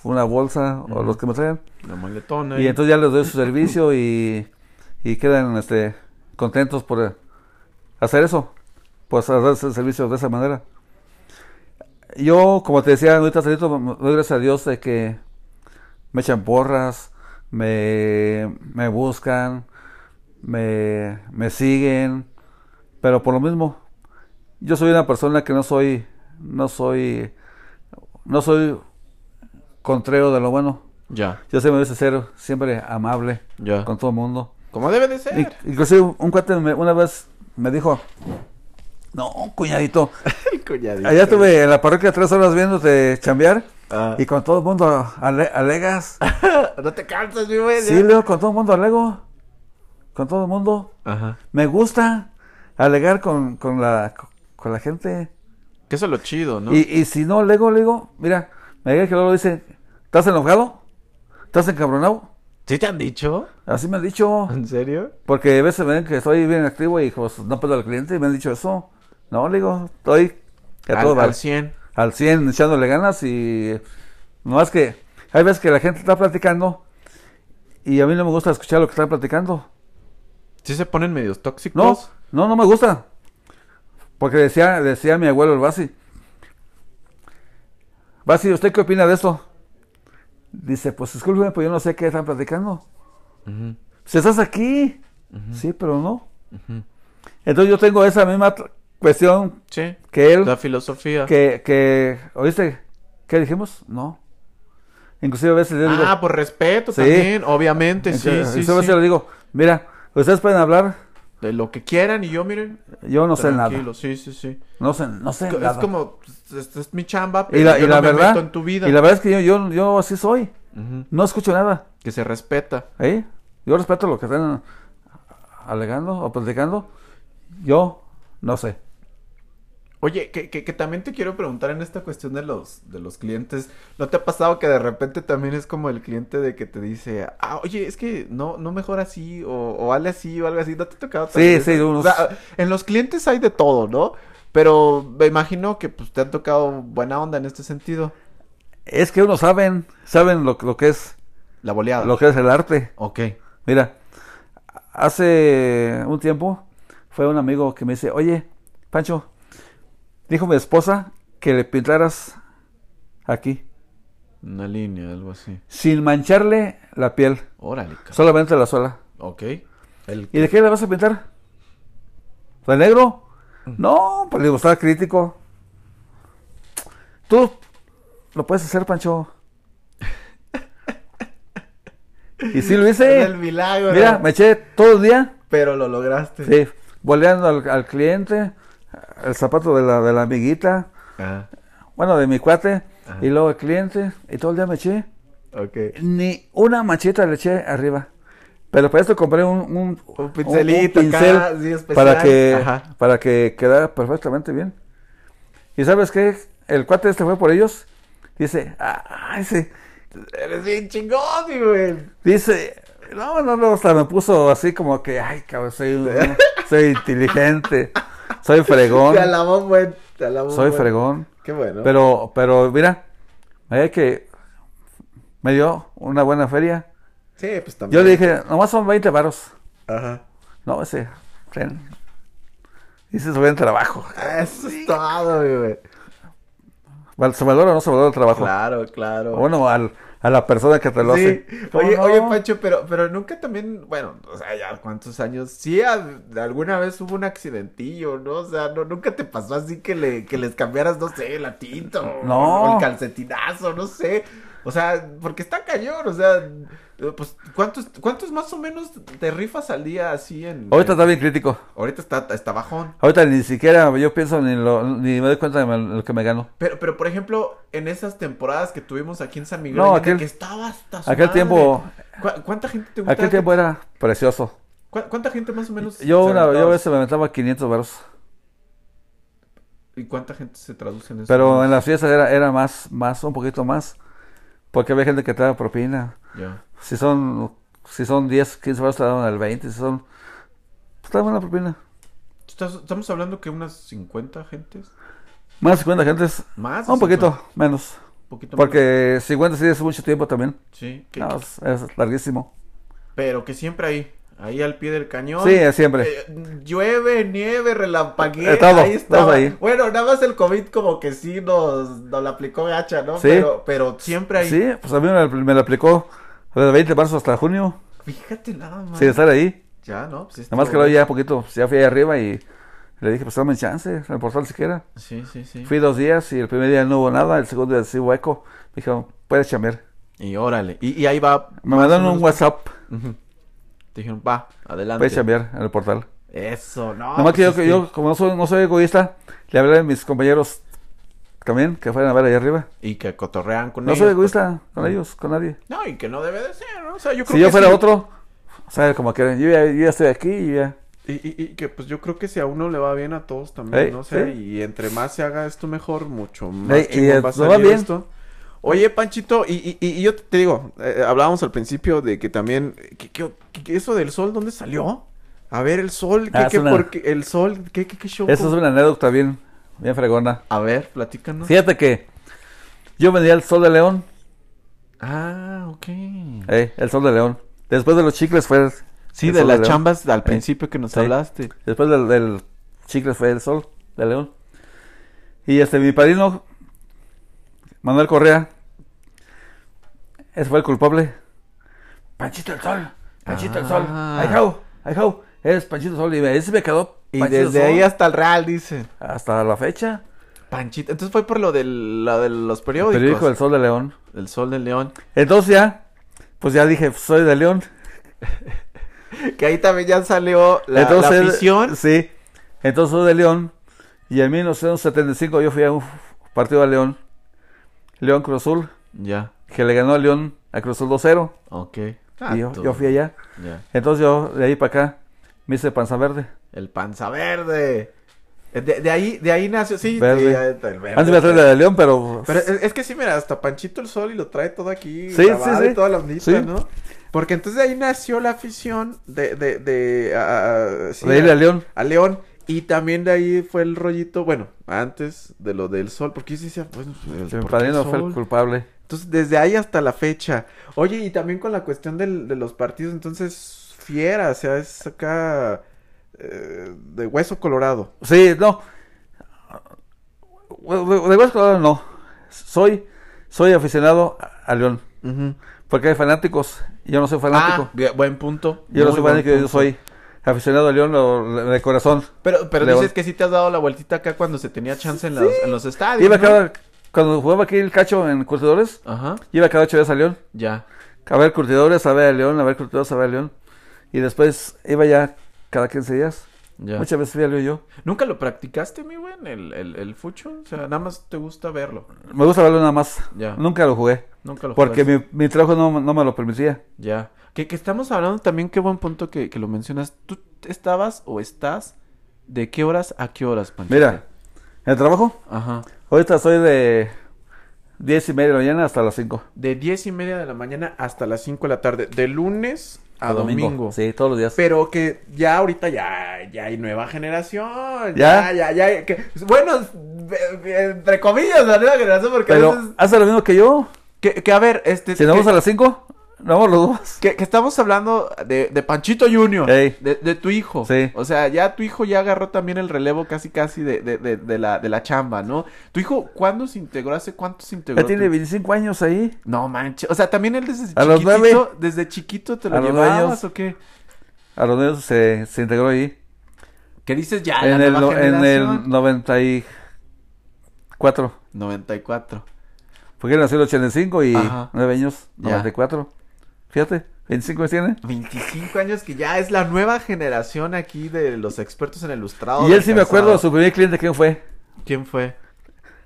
por una bolsa o Ujú. los que me traigan. La maletona. Y entonces ya les doy su servicio y, y quedan este, contentos por eh, hacer eso, por hacer el servicio de esa manera. Yo, como te decía ahorita, Sarito, me- doy gracias a Dios de que me echan porras, me, me buscan, me, me siguen, pero por lo mismo, yo soy una persona que no soy, no soy, no soy contreo de lo bueno. Ya, Yo siempre voy a ser siempre amable ya. con todo el mundo. Como debe de Y- ser. Inclusive un cuate me- una vez me dijo, no, cuñadito, El cuñadito. allá estuve en la parroquia tres horas viéndote chambear Ah. y con todo el mundo ale- alegas. no te cansas, mi güey. Sí, Leo, con todo el mundo alego, con todo el mundo. Ajá. Me gusta alegar con, con, la, con la gente. Que eso es lo chido, ¿no? Y, y si no alego, le digo, mira, me llega que luego dice, ¿estás enojado? ¿Estás encabronado? ¿Sí te han dicho? Así me han dicho. ¿En serio? Porque a veces ven que estoy bien activo y pues, no puedo al cliente y me han dicho eso. No, le digo, estoy a todo Al, dar. al 100. al 100 echándole ganas y no más que hay veces que la gente está platicando y a mí no me gusta escuchar lo que están platicando. ¿Sí se ponen medios tóxicos? No, no, no me gusta. Porque decía, decía mi abuelo el Basi. Basi, ¿usted qué opina de esto? Dice, pues discúlpeme, pues yo no sé qué están platicando. Ujú, Si estás aquí. ujú, Sí, pero no. ujú. Entonces yo tengo esa misma tr- cuestión Sí. que él, La filosofía. que, que, ¿oíste? ¿Qué dijimos? No. Inclusive a veces le digo, Ah, por respeto Sí. también, obviamente, sí, inclusive sí, a sí. veces le digo, mira, ustedes pueden hablar, De lo que quieran y yo, miren, yo no sé tranquilo, nada, sí, sí, sí. no sé, no sé Es nada. como, pues, es, es mi chamba, pero y la, yo y la no me verdad, meto en tu vida. y la verdad es que yo, yo, yo así soy, Ujú, no escucho nada, Que se respeta. ¿eh? Yo respeto lo que están alegando o platicando, yo no sé. Oye, que, que, que también te quiero preguntar en esta cuestión de los, de los clientes. ¿No te ha pasado que de repente también es como el cliente de que te dice, ah, oye, es que no, no mejor así, o, o hazle así, o algo así? ¿No te ha tocado Sí, también sí, eso? unos- O sea, en los clientes hay de todo, ¿no? Pero me imagino que pues te han tocado buena onda en este sentido. Es que uno saben, saben lo, lo que es, La boleada. lo que es el arte. Ok. Mira, hace un tiempo fue un amigo que me dice, oye, Pancho, dijo mi esposa que le pintaras aquí, Una línea, algo así. sin mancharle la piel, Órale, cabrón. solamente la suela. Ok. El... ¿Y de qué le vas a pintar? ¿De negro? Mm. No, pues le gustaba crítico. Tú lo puedes hacer, Pancho. Y sí lo Es el hice. milagro. Mira, me eché todo el día Pero lo lograste. Sí, boleando al, al cliente, el zapato de la, de la amiguita, Ah, Bueno, de mi cuate Ajá. y luego el cliente. Y todo el día me eché. ok. Ni una macheta le eché arriba. Pero para esto compré un, un, un- un pincelito acá, pincel sí, especial. para que Ajá. para que quedara perfectamente bien. ¿Y sabes qué? El cuate este fue por ellos. Dice, ah, dice, Eres bien chingón, mi güey. dice, no, no, no, hasta me puso así como que, ay, cabrón, soy, un- soy inteligente, soy fregón, Te alabó, güey. Te alabó. soy güey. fregón. Qué bueno. Pero, pero mira, me que me dio una buena feria. Sí, pues también. Yo le dije, nomás son 20 varos. Ajá. No, ese, ten. Dice, es buen trabajo. Eso es todo, mi güey. Val- ¿Se valora o no se valora el trabajo? Claro, claro. Bueno, al, a la persona que te lo Sí. hace. Oye, ¿Cómo oye, no? Pancho, pero, pero nunca también, bueno, o sea, ya cuántos años, sí, a- alguna vez hubo un accidentillo, ¿no? O sea, no, nunca te pasó así que le, que les cambiaras, no sé, la tinta o- No. o el calcetinazo, no sé. O sea, porque está cañón, o sea, pues, ¿cuántos, cuántos más o menos te rifas al día así en... Ahorita en- está bien crítico. ahorita está, está bajón. Ahorita ni siquiera yo pienso ni, lo, ni me doy cuenta de me- lo que me gano. Pero, pero, por ejemplo, en esas temporadas que tuvimos aquí en San Miguel, No, Allende, aquel- que estaba hasta su aquel madre. tiempo- ¿Cu- ¿Cuánta gente te gustaba? Aquel tiempo era precioso. ¿Cu- ¿Cuánta gente más o menos? Yo se una yo a aventaba? veces me aventaba 500 varos. ¿Y cuánta gente se traduce en eso? Pero en las fiestas era, era más, más, un poquito más. Porque había gente que te daba propina. Ya. Si son, si son 10, 15 varos te daban el 20. Si son... Pues te daban la propina. Estás- estamos hablando que unas 50 gentes. Más de 50 gentes. Más. de Un poquito 50, menos. un poquito menos. Porque 50 sí es mucho tiempo también. Sí. que- No, es, es larguísimo. Pero que siempre ahí. Ahí al pie del cañón. Sí, siempre. Eh, llueve, nieve, relampaguea. Eh, todo, ahí estaba. todo ahí. Bueno, nada más el COVID como que sí nos, nos la aplicó gacha, ¿no? Sí. Pero, pero siempre ahí. Sí, pues a mí me, la- me la aplicó desde 20 de marzo hasta junio, Fíjate nada más. sin estar ahí. Ya, ¿no? Pues esto- Nada más que luego ya poquito, pues, ya fui ahí arriba y le dije, pues dame chance, al portal siquiera. Sí, sí, sí. Fui dos días y el primer día no hubo nada, el segundo día sí hubo eco. Me dijeron, puedes chambear. Y órale. Y, y ahí va. Me mandaron menos- un WhatsApp, Ujú. Te dijeron, va, adelante. puedes chambear en el portal. Eso, no. Pues, Nada más que yo, pues, que este, yo, como no soy, no soy egoísta, le hablé a mis compañeros también, que fueran a ver ahí arriba. Y que cotorrean con No ellos. soy pues. egoísta con ellos, con nadie. No, y que no debe de ser, ¿no? O sea, yo creo Si yo que fuera sí. otro, o sea, como que yo ya, yo ya estoy aquí y ya. Y, y, y que pues yo creo que si a uno le va bien a todos también, Ey, ¿no? O sea, sí. y entre más se haga esto mejor, mucho más Ey, y, chingón eh, va a nos va salir bien. esto. Oye, Panchito, y, y, y, y yo te digo, eh, hablábamos al principio de que también, que, que- que eso del sol, ¿dónde salió? A ver, el sol, ¿qué, Ah, es qué, una- por qué- el sol, qué, qué, qué show? Esa es una anécdota bien, bien fregona. A ver, platícanos. Fíjate que yo vendía el Sol de León, Ah, ok. eh, el Sol de León. Después de los chicles fue el, Sí, el de Sol las León. chambas al Ey, principio que nos sí. hablaste. Después del, del chicles fue el Sol de León. Y este, mi padrino, Manuel Correa, ese fue el culpable. Panchito el Sol, Panchito el Sol, Ah. ay jau, ay jau, eres Panchito el Sol. Y me- ese me quedó Y Panchito el desde Sol ahí hasta el Real, dice. hasta la fecha. Panchito. Entonces fue por lo, del, lo de los periódicos. Periódico El Sol de León. El Sol del León. Entonces ya, pues ya dije, soy de León. Que ahí también ya salió la, Entonces, la afición. Sí. Entonces soy de León. Y en 1975 yo fui a un f- partido de León. León Cruz Azul. Ya, Que le ganó a León a Cruz Azul 2-0. ok. y yo, Ah, tú. yo fui allá. Ya. Entonces yo de ahí para acá me hice panza verde. El panza verde. Eh, De, de ahí, de ahí nació, sí. Verde. de- del verde. Antes me traía de León, pero. Pero es, es que sí, mira, hasta Panchito el Sol y lo trae todo aquí. Sí, grabado sí, y sí. toda la ondita, Sí. ¿no? Porque entonces de ahí nació la afición de, de, de, ah, ah, sí, de ir a- a León. a León. Y también de ahí fue el rollito, bueno, antes de lo del sol, porque yo sí decía, bueno, el- Mi ¿por qué padrino sol? fue el culpable. Entonces, desde ahí hasta la fecha. Oye, y también con la cuestión del- de los partidos, entonces, fiera, o sea, es acá eh, de hueso colorado. Sí, no. De de- de- Colorado no. Soy, soy aficionado a- a León. Porque hay fanáticos. y Yo no soy fanático. Ah, bien, buen punto. Yo no Muy soy buen fanático, yo punto. soy aficionado a León lo- de corazón. Pero, pero León. dices que sí te has dado la vueltita acá cuando se tenía chance en, los, en los estadios. Iba Ah, ¿no? cada, cuando jugaba aquí el cacho en Curtidores, Ajá, iba cada ocho días a León. ya. A ver Curtidores, a ver a León, a ver Curtidores, a ver a León. Y después iba ya cada 15 días. Ya. Muchas veces fui al yo. ¿Nunca lo practicaste, mi güey, en el, el, el fucho? O sea, nada más te gusta verlo. Me gusta verlo nada más. Ya. Nunca lo jugué. Nunca lo Porque jugaste. mi, mi trabajo no, no me lo permitía. Ya. Que, que estamos hablando también, qué buen punto que, que lo mencionas. ¿Tú estabas o estás de qué horas a qué horas, Pancho? Mira, en el trabajo, Ajá. ahorita soy de 10 y media de la mañana hasta las 5. De diez y media de la mañana hasta las 5 de la tarde. De lunes a, domingo. Sí, todos los días. Pero que ya ahorita ya, ya hay nueva generación. Ya, ya, ¿Ya? ya. que- bueno, be- be- entre comillas, la nueva generación, porque a Pero veces- hace lo mismo que yo. Que, que a ver, este. Si nos que- vamos a las 5, nos vamos los dos. Que, que estamos hablando de, de Panchito Junior, Ey. de, de tu hijo. Sí. O sea, ya tu hijo ya agarró también el relevo casi casi de, de, de, de la, de la chamba, ¿no? Tu hijo, ¿cuándo se integró? ¿Hace cuánto se integró? Ya tiene tu- 25 años ahí. No manches. O sea, también él desde A los chiquitito, nueve. desde chiquito te lo A los llevabas nueve años. o qué? A los niños se, se integró ahí. ¿Qué dices ya? la En el, nueva no- en el generación? 94. 94. Porque él nació en el 85 y Ajá. 9 años, Ya. 94. Fíjate, 25 años tiene. 25 años que ya es la nueva generación aquí de los expertos en el lustrado. Y él del sí me acuerdo de calzado. su primer cliente, ¿quién fue? ¿Quién fue?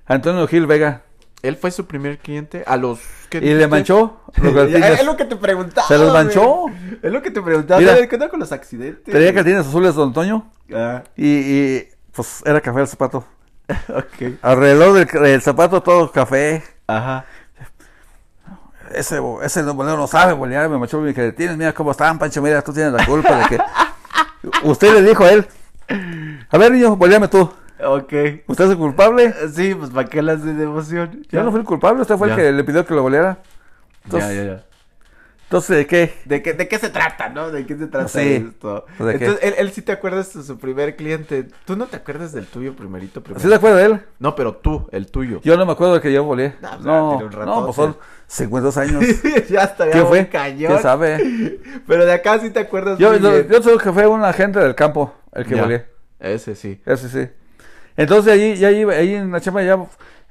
Antonio Gil Vega. Él fue su primer cliente a los... ¿qué Y dijiste? le manchó los es calcetines. lo que te preguntaba. Se los güey. manchó. Es lo que te preguntaba. Mira. ¿sabes? ¿Qué onda con los accidentes? Tenía calcetines azules don Antonio Ah, y, y, pues era café el zapato. ok. Alrededor del, ca- del zapato todo café. Ajá. Ese, bo- ese no- bolero no sabe bolear, me manchó mis calcetines. Mira cómo están, Pancho, mira, tú tienes la culpa de que... Usted le dijo a él, a ver niño, boleame tú. Ok. ¿Usted es el culpable? Sí, pues ¿para qué las de devoción? Yo no fui el culpable, usted fue Ya. el que le pidió que lo boleara. Ya, Entonces, ya, ya. entonces ¿qué? ¿De qué, ¿De qué se trata, no? ¿De qué se trata Sí. esto? ¿De qué? Entonces, él, él sí te acuerdas de su primer cliente. ¿Tú no te acuerdas del tuyo primerito? ¿Sí se primerito? acuerda de él? No, pero tú, el tuyo. Yo no me acuerdo de que yo volé. Ah, pues, ah, No, tiene un no, pues son ratote. 52 años. ya estaría ¿Qué muy fue? cañón. ¿Quién sabe? Pero de acá sí te acuerdas Yo, muy yo, bien. yo creo que fue un agente del campo el que Ya. volé. Ese sí. Ese sí. Entonces allí, ya iba- ahí en la chamba ya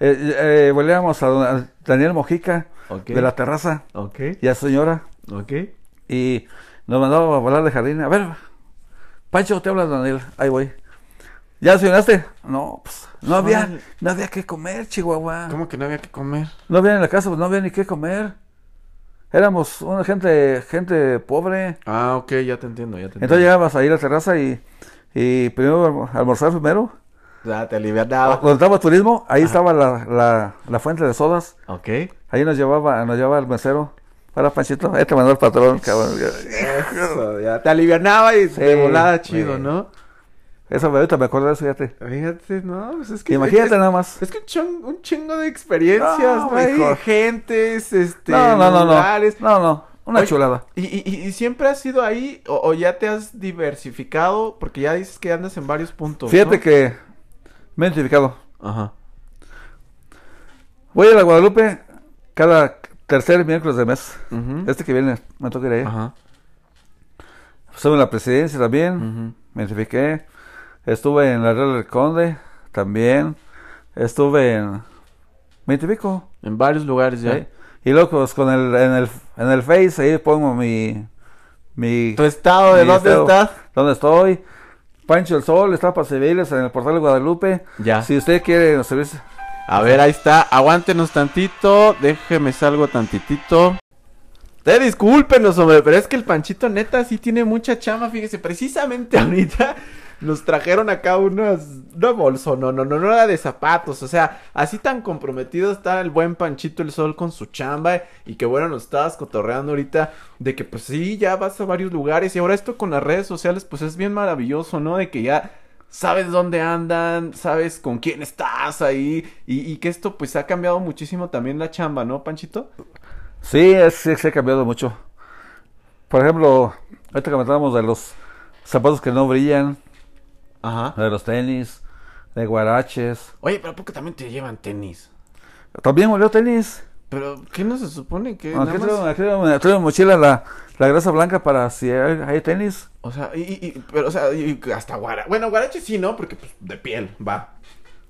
eh, eh, voleábamos a, don- a Daniel Mojica Ok. de la terraza Ok. y a su señora. Ok. Y nos mandaba a volar de jardín. A ver, Pancho, te habla Daniel. Ahí voy. ¿Ya desayunaste? No, pues no había, Órale. no había que comer, Chihuahua. ¿Cómo que no había que comer? No había en la casa, pues no había ni qué comer. Éramos una gente, gente pobre. Ah, ok, ya te entiendo, ya te Entonces entiendo. llegabas ahí a la terraza y, y primero alm- almorzar primero. Ya te alivianaba. Cuando estaba turismo, ahí estaba la, la, la fuente de sodas. Ok. Ahí nos llevaba, nos llevaba el mesero. Para Panchito, ahí te mandó el patrón, cabrón. Eso, ya te alivianaba y de volada chido, güey. ¿no? Eso me, ahorita me acordé de eso, fíjate. Fíjate, no, pues es que. Imagínate es, nada más. es que un chon- un chingo de experiencias, No, ¿no? Ahí, hijo. Gentes, este. No, no, no, no. lugares. No, no. Una Oye, chulada. ¿Y, y- y, y siempre has sido ahí o, o ya te has diversificado? Porque ya dices que andas en varios puntos. Fíjate ¿no? que me he identificado. Ajá. Voy a la Guadalupe cada tercer miércoles de mes. Ujú. Este que viene me toca ir ahí. ¿Mm? Ajá. Estuve en la presidencia también, Ujú. me identifiqué. Estuve en la Real del Conde también. Estuve en. Me identifico. En varios lugares ya. ¿sí? ¿Eh? Y locos, con el, en, el, en el Face ahí pongo mi. mi ¿Tu estado de mi dónde estado, estás? ¿Dónde estoy? Pancho el Sol está para civiles en el portal de Guadalupe. Ya. Si usted quiere los servicios. A ver, ahí está. Aguántenos tantito. Déjeme salgo tantitito. Te discúlpenos, hombre, pero es que el Panchito neta sí tiene mucha chama, fíjese, precisamente ahorita nos trajeron acá unas, una bolsa, no, no, no, no era de zapatos, o sea, así tan comprometido está el buen Panchito el Sol con su chamba y que bueno, nos estabas cotorreando ahorita de que pues sí, ya vas a varios lugares y ahora esto con las redes sociales pues es bien maravilloso, ¿no? De que ya sabes dónde andan, sabes con quién estás ahí y, y que esto pues ha cambiado muchísimo también la chamba, ¿no, Panchito? Sí, es, sí, se ha cambiado mucho. Por ejemplo, ahorita comentábamos de los zapatos que no brillan, Ajá. de los tenis, de guaraches. Oye, pero ¿por qué también te llevan tenis? También volvió tenis. Pero, ¿qué no se supone que nada Aquí traigo, más- aquí traigo- traigo en mi mochila la, la grasa blanca para si hay, hay tenis. O sea, y, y- y- pero, o sea, y- y hasta guara... Bueno, guarache sí, ¿no? Porque, pues, de piel, va.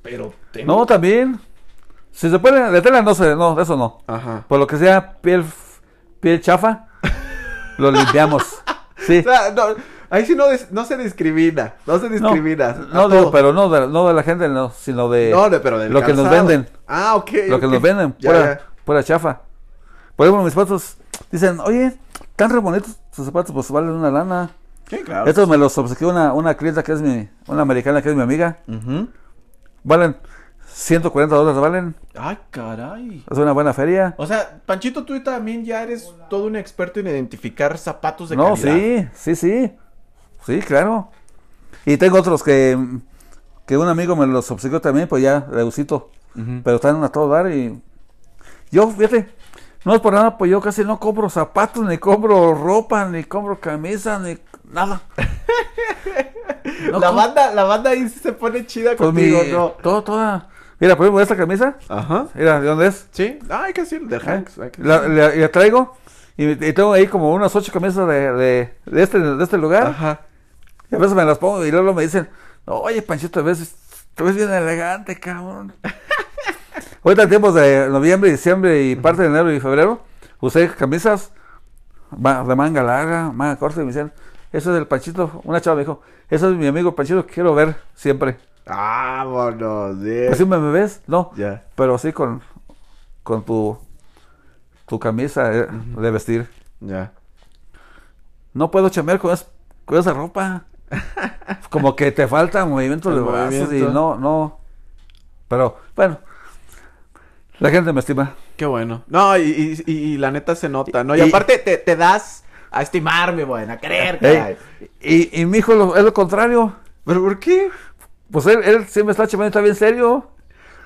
Pero, tenis... No, también. Si se pone de tela, no sé, no, de eso no. Ajá. Por lo que sea piel, piel chafa, lo limpiamos. Sí. O sea, no, Ahí sí no, des- no se discrimina. No se No, discrimina. a no, todo. digo, pero no de, no de la gente, no, sino de No, de- pero del lo que nos calzado. venden. Ah, ok. lo que ok. nos venden, Ya, pura, ya. pura chafa. Por ejemplo, mis zapatos dicen, oye, tan re bonitos tus zapatos, pues valen una lana. Sí, claro. Estos me los obsequió una, una clienta que es mi, una americana que es mi amiga. Ujú. Valen 140 dólares, valen. Ay, caray. Es una buena feria. O sea, Panchito, tú también ya eres todo un experto en identificar zapatos de No, calidad. sí, sí, sí. Sí, claro. Y tengo otros que, que un amigo me los obsequió también, pues ya, reusito. Ujú. Pero están a todo dar y... Yo, fíjate, no es por nada, pues yo casi no compro zapatos, ni compro ropa, ni compro camisa, ni nada. No la, com- banda, la banda ahí sí se pone chida pues mi- conmigo, ¿no? Todo, toda... Mira, por ejemplo, esta camisa, Ajá. mira, ¿de dónde es? ¿Eh? Sí. Ah, hay que decir, de Hanks. hay que La, decir. la- la traigo y, y tengo ahí como unas ocho camisas de, de, de este, de este lugar. Ajá. Y a veces me las pongo y luego me dicen, oye, Panchito, a veces te ves bien elegante, cabrón. Ahorita en tiempos de noviembre, diciembre y parte de enero y febrero, usé camisas ma- de manga larga, manga corta, y me decían, eso es del Panchito. Una chava me dijo, eso es mi amigo Panchito, que quiero ver siempre. Vámonos, bien. ¿Así me, me ves? No, Eh. Ya. pero sí con, con tu, tu camisa eh, de vestir. Ya. No puedo chamear con, es- con esa ropa. Como que te falta movimiento El de brazos movimiento. y no, no. Pero, bueno. La gente me estima. Qué bueno. No, y, y- y- y la neta se nota, ¿no? Y, Y- aparte te, te das a estimarme, bueno, a querer, caray. Ey, y, y mi hijo lo- es lo contrario. ¿Pero por qué? Pues él, él siempre está chameando, está bien serio.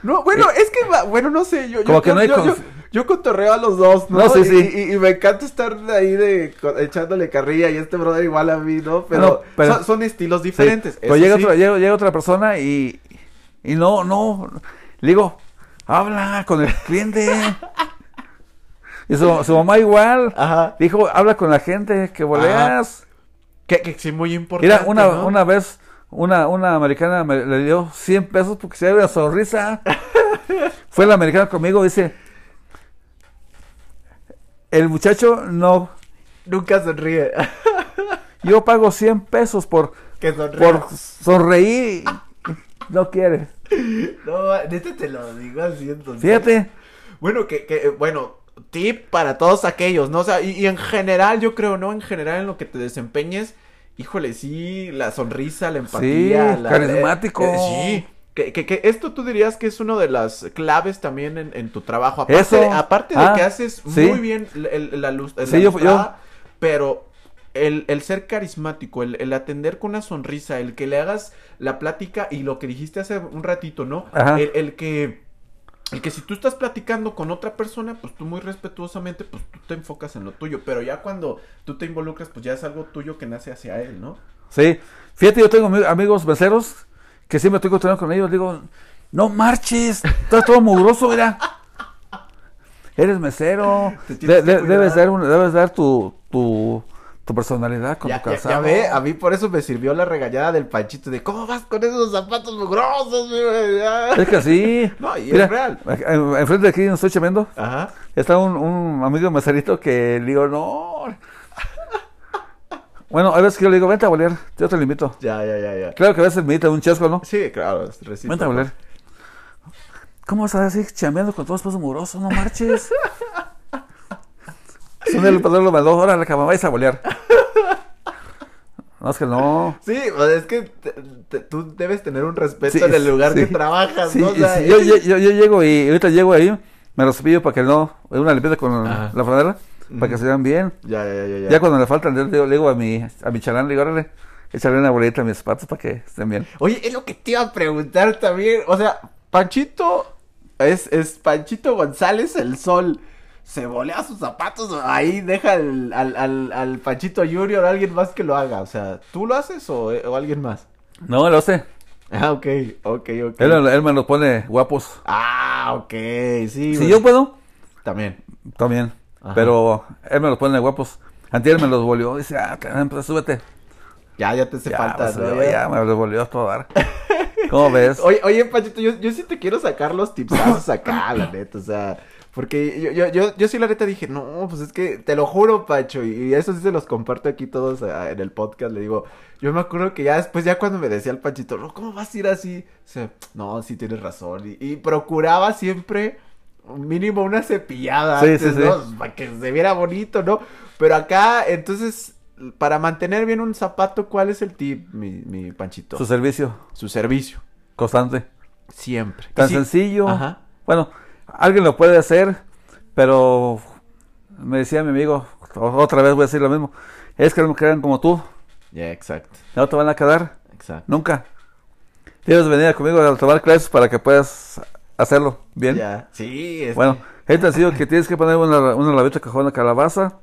No, bueno, es que, va- bueno, Eh. no sé, yo, yo, Como que yo- no hay yo- conf- yo- yo cotorreo a los dos, ¿no? No, sí, Y- sí. Y, y me encanta estar ahí de, co- echándole carrilla y este brother igual a mí, ¿no? Pero, pues No, pero- son, son estilos diferentes. Sí. Pero eso llega, sí. otra, llega, llega otra persona y, y no, no. Le digo, habla con el cliente. y su, su mamá igual. Ajá. Dijo, habla con la gente, que voleas. Que, que sí, muy importante, Mira, una, ¿no? una vez una, una americana me, le dio 100 pesos porque se dio una sonrisa. Fue la americana conmigo, dice, el muchacho no, Nunca sonríe. yo pago 100 pesos por, que sonríe. por sonreír. No quiere. No, neta te lo digo así entonces. Fíjate, Bueno, que, que, eh, bueno, tip para todos aquellos, ¿no? O sea, y, y en general, yo creo, ¿no? En general, en lo que te desempeñes, híjole, sí, la sonrisa, la empatía. Sí, la- carismático. eh, sí. Que, que, que esto tú dirías que es una de las claves también en, en tu trabajo. Aparte Eso. de, aparte de Ah, que haces sí. muy bien el- el- la luz, la Sí, yo- lustrada, pero el, el ser carismático, el, el atender con una sonrisa, el que le hagas la plática y lo que dijiste hace un ratito, ¿no? Ajá. El, el que el que si tú estás platicando con otra persona, pues tú muy respetuosamente, pues tú te enfocas en lo tuyo, pero ya cuando tú te involucras, pues ya es algo tuyo que nace hacia él, ¿no? sí, fíjate, yo tengo ami- amigos meseros que siempre estoy continuando con ellos, digo, no marches, estás todo mugroso, mira. Eres mesero, Te tienes de- que de- debes, cuidar. dar un- debes dar tu, tu, tu personalidad con Ya, tu ya- calzado. ya ve, a mí por eso me sirvió la regañada del panchito de cómo vas con esos zapatos mugrosos, mi güey? Ah. Es que así. No, y es Mira, real. en- Enfrente de aquí donde estoy chamendo, Ajá. está un, un amigo meserito que le digo, no. bueno, a veces que yo le digo, vente a bolear, yo te lo invito. Ya, ya, ya, ya. Claro que a veces me invita un chasco, ¿no? Sí, claro, es recíproco. Vente a bolear. ¿Cómo vas a decir chambeando con todos los pasos mugrosos? No marches. Son el padrón lo mandó, órale, cabrón, vais a bolear. No, es que no. Sí, pues, es que te- te- tú debes tener un respeto Sí, en el lugar que sí. trabajas, Sí, ¿no? O sea, sí, yo, yo- yo- yo llego y ahorita llego ahí, me los pillo para que no, una limpieza con Ajá. la franela, para que Ujú. se vean bien. Ya, ya, ya, ya. Ya cuando le faltan, le, digo- le digo a mi, a mi chalán, le digo, órale, échale una bolita a mis zapatos para que estén bien. Oye, es lo que te iba a preguntar también. O sea, Panchito es, es Panchito González el Sol. Se volea sus zapatos, ahí deja al, al, al, al Panchito Junior o alguien más que lo haga. O sea, ¿tú lo haces o, o alguien más? No, lo sé. Ah, ok, ok, ok. Él, él me los pone guapos. Ah, ok, sí. Si bueno, yo puedo, También. también. Ajá. Pero él me los pone guapos. Antier me los volvió, dice, ah, caramba, pues súbete. Ya, ya te hace Ya, falta, me ¿no? subió, ya, me los volvió a todo dar. ¿Cómo ves? Oye, oye, Pachito, yo, yo sí te quiero sacar los tipsazos acá, la neta, o sea, porque yo, yo, yo, yo sí la neta dije, no, pues es que te lo juro, Pacho, y, y eso sí se los comparto aquí todos ah, en el podcast, le digo, yo me acuerdo que ya después, ya cuando me decía el Pachito, no, ¿cómo vas a ir así? O sea, no, sí tienes razón, y, y procuraba siempre mínimo una cepillada Sí, antes, sí, sí. ¿no? Para que se viera bonito, ¿no? Pero acá, entonces, para mantener bien un zapato, ¿cuál es el tip, mi, mi Panchito? Su servicio Su servicio. constante. Siempre. Tan Y si- sencillo. Ajá. Bueno, alguien lo puede hacer, pero me decía mi amigo, o- otra vez voy a decir lo mismo, es que no quedan como tú, Ya, exacto. no te van a quedar Exacto. nunca. Debes venir conmigo a tomar clases para que puedas hacerlo bien. Ya. Sí, es- Este, Bueno, es tan sencillo que tienes que poner una, una rabita cajón de calabaza,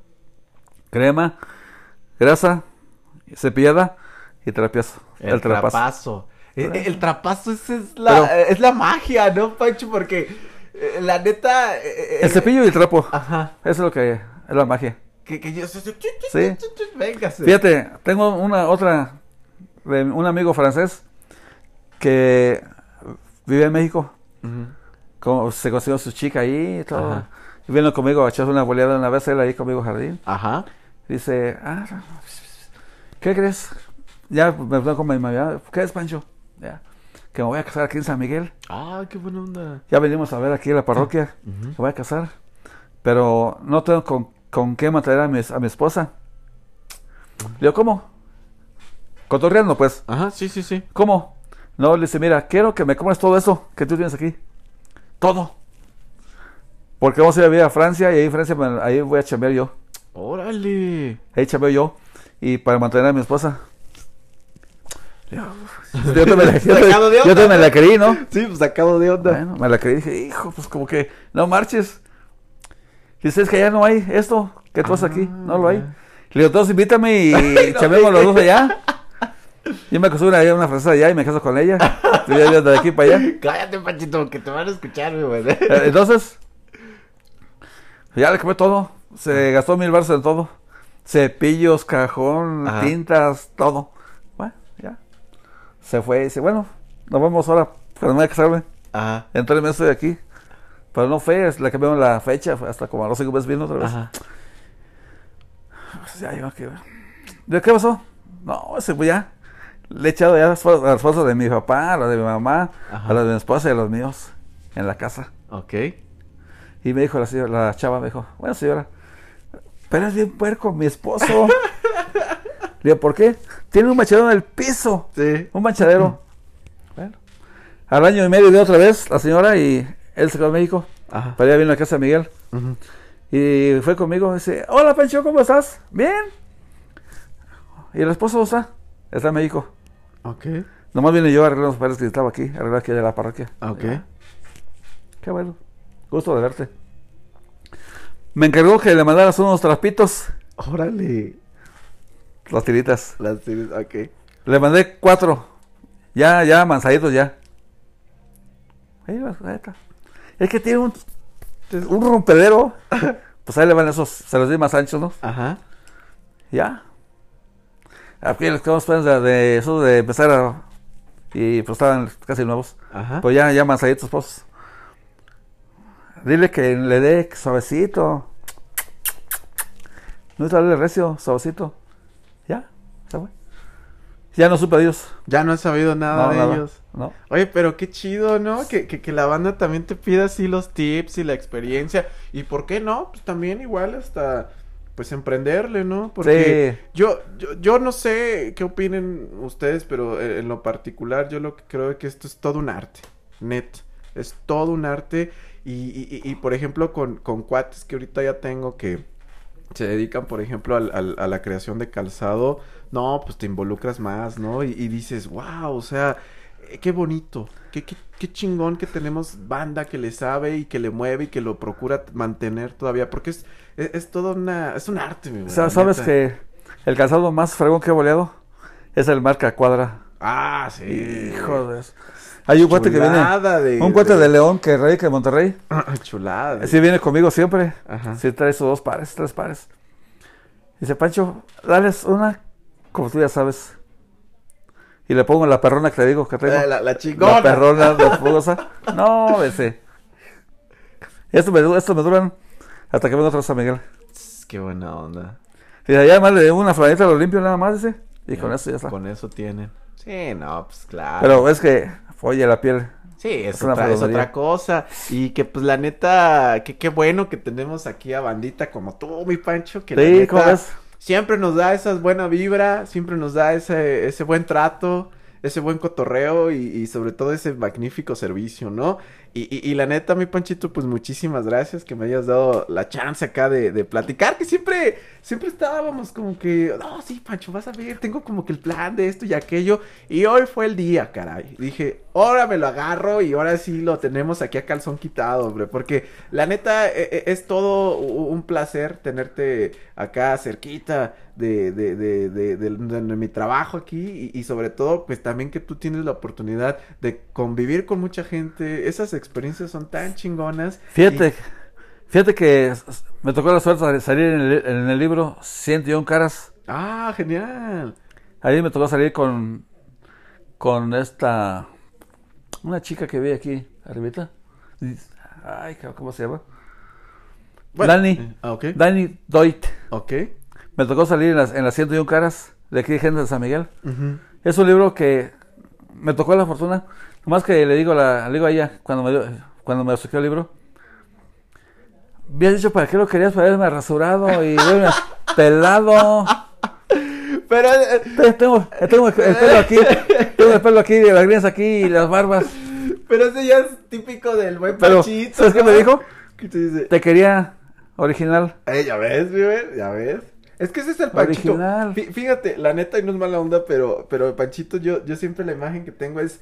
crema, grasa, cepillada y trapiazo. el, trapazo. Eh, eh, El, trapazo esa es, la, Pero- eh, es la magia, ¿no, Pancho? Porque eh, la neta. eh, eh, El cepillo y el trapo. Ajá. Eso es lo que es la magia. Que, que yo. Sí. Véngase. Fíjate, tengo una otra de un amigo francés que vive en México. Ujú. Como se consiguió su chica ahí y todo. Ajá. Y vino conmigo a echarse una boleada una vez él ahí conmigo al jardín. Ajá. Dice, ah, ¿qué crees? Ya me habló con mi mamá, ¿qué es Pancho? Ya, que me voy a casar aquí en San Miguel. Ah, qué buena onda. Ya venimos a ver aquí la parroquia. Me voy a casar. Pero no tengo con, con qué matar a mi, a mi esposa. Le digo, ¿cómo? Cotorreando, pues. Ajá, sí, sí, sí. ¿Cómo? No, le dice, mira, quiero que me comas todo eso que tú tienes aquí. Todo. Porque vamos a ir a vivir a Francia y ahí, en Francia, me- ahí voy a chambear yo. Órale. Ahí chambeo yo. Y para mantener a mi esposa. Yo te me la, yo te- Sacado de yo te onda, me la ¿no? creí, ¿no? Sí, pues sacado de onda. Bueno, me la creí. Dije, hijo, pues como que no marches. Dices que ya no hay esto. ¿Qué tú haces aquí? No lo hay. Ah, ya. Le digo, entonces invítame y chamemos los dos allá. Yo me caso una, una francesa allá y me caso con ella. Tú ya vienes de aquí para allá. Cállate, Panchito, que te van a escuchar, mi güey. Eh, Entonces, ya le compré todo. Ah. Se gastó mil baros en todo. Cepillos, cajón, Ajá. tintas, todo. Bueno, ya. Se fue y dice, bueno, nos vemos ahora cuando me voy a casarme. Ajá. En tres meses de aquí. Pero no fue, es la cambiaron la fecha, fue hasta como a los cinco meses vino otra vez. Ajá. Pues ya yo que ¿De qué pasó? No, se fue ya. Le he echado ya las fo- las fotos de mi papá, a las de mi mamá, Ajá. a las de mi esposa y a los míos en la casa. Ok. Y me dijo la señora, la chava me dijo, bueno señora, pero es bien puerco mi esposo. Le digo, ¿por qué? Tiene un machadero en el piso. Sí. Un manchadero. bueno. Al año y medio de otra vez la señora y él se quedó a México. Ajá. Para allá vino a casa de Miguel. Ujú. Y fue conmigo. Dice, hola Pancho, ¿cómo estás? Bien. ¿Y el esposo dónde está? Está en México. Ok. Nomás vine yo a arreglar los pares que estaba aquí, arreglar aquí de la parroquia. Ah, Ok. Ya. Qué bueno. Gusto de verte. Me encargó que le mandaras unos trapitos, Órale. las tiritas. Las series, ok. Le mandé cuatro. Ya, ya, manzaditos ya. Ahí va, ahí está. Es que tiene un, un rompedero. Pues ahí le van esos, se los di más anchos, ¿no? Ajá. Ya. Aquí les quedamos pues, de, de eso de empezar a. Y pues estaban casi nuevos. Ajá. Pues ya, ya manzaditos, pues. Dile que le dé suavecito. No es darle recio, suavecito. Ya, se fue. Ya no supe a Dios. ya no he sabido nada No, de nada, ellos. no. Oye, pero qué chido, ¿no? Que, que, que la banda también te pida así los tips y la experiencia. ¿Y por qué no? Pues también igual hasta, pues, emprenderle, ¿no? Porque Sí. yo, yo, yo no sé qué opinen ustedes, pero eh, en lo particular yo lo que creo es que esto es todo un arte, net. Es todo un arte. Y, y, y- y, por ejemplo, con, con cuates que ahorita ya tengo que se dedican, por ejemplo, al- al- a la creación de calzado, no, pues te involucras más, ¿no? Y, y dices, wow, o sea, eh, qué bonito, qué, qué, qué chingón que tenemos banda que le sabe y que le mueve y que lo procura t- mantener todavía, porque es, es, es toda una, es un arte, mi güey, O sea, la sabes neta. que el calzado más fregón que he boleado es el marca cuadra. Ah, sí. Hijo de eso. Hay un cuate que viene. Chulada de... Un cuate de León que rey que de Monterrey. Chulada. de- Sí, viene conmigo siempre. Ajá. Sí, trae sus dos pares, tres pares. Dice, Pancho, dales una, como tú ya sabes. y le pongo la perrona que le digo que traigo. Eh, La, la chingona. La perrona de fogosa. No, ese. Esto me, esto me duran hasta que venga otra vez a Miguel. Tss, Qué buena onda. Y allá más le doy una flanita lo limpio nada más, ese. Y Ya, con eso ya está. Con eso tienen. Sí, no, pues claro. Pero es que, oye, la piel. Sí, es, Es una otra, es fregonería. otra cosa. Y que pues la neta, que qué bueno que tenemos aquí a bandita como tú, mi Pancho, que la Sí, neta ¿cómo ves? siempre nos da esa buena vibra, siempre nos da ese, ese buen trato, ese buen cotorreo y, y sobre todo ese magnífico servicio, ¿no? Y, y- y la neta, mi Panchito, pues muchísimas gracias que me hayas dado la chance acá de, de platicar, que siempre, siempre estábamos como que, no, sí, Pancho, vas a ver, tengo como que el plan de esto y aquello. Y hoy fue el día, caray. Dije, ahora me lo agarro y ahora sí lo tenemos aquí a calzón quitado, hombre. Porque la neta e- e- es todo u- un placer tenerte acá cerquita de, de, de, de- de- de- de mi trabajo aquí. Y, y sobre todo, pues también que tú tienes la oportunidad de convivir con mucha gente. Esas experiencias son tan chingonas. Fíjate, fíjate que s- s- me tocó la suerte de salir en el, en el libro 101 caras. Y- Ah, genial. Ahí me tocó salir con, con esta, una chica que vi aquí, arribita. Ay, cabrón, ¿cómo se llama? Dani. eh, Ah, ok. Dani Doit. ok. Me tocó salir en las, en las 101 caras de aquí de Gente de San Miguel. Ujú. Es un libro que me tocó la fortuna. Nomás que le digo a, la- le digo a ella cuando me, dio- cuando me obsequió el libro. Me has dicho para qué lo querías para haberme rasurado y verme pelado. Pero... eh, Te- Tengo, tengo el pelo aquí, tengo el pelo aquí, y las greñas aquí y las barbas. Pero ese ya es típico del buen Pero, Panchito. ¿sabes qué me dijo? ¿Qué te dice? Te quería original. Eh, ya ves, mi güey, ya ves. Es que ese es el Panchito. Original. Fí- Fíjate, la neta, y no es mala onda, pero, pero Panchito, yo, yo siempre la imagen que tengo es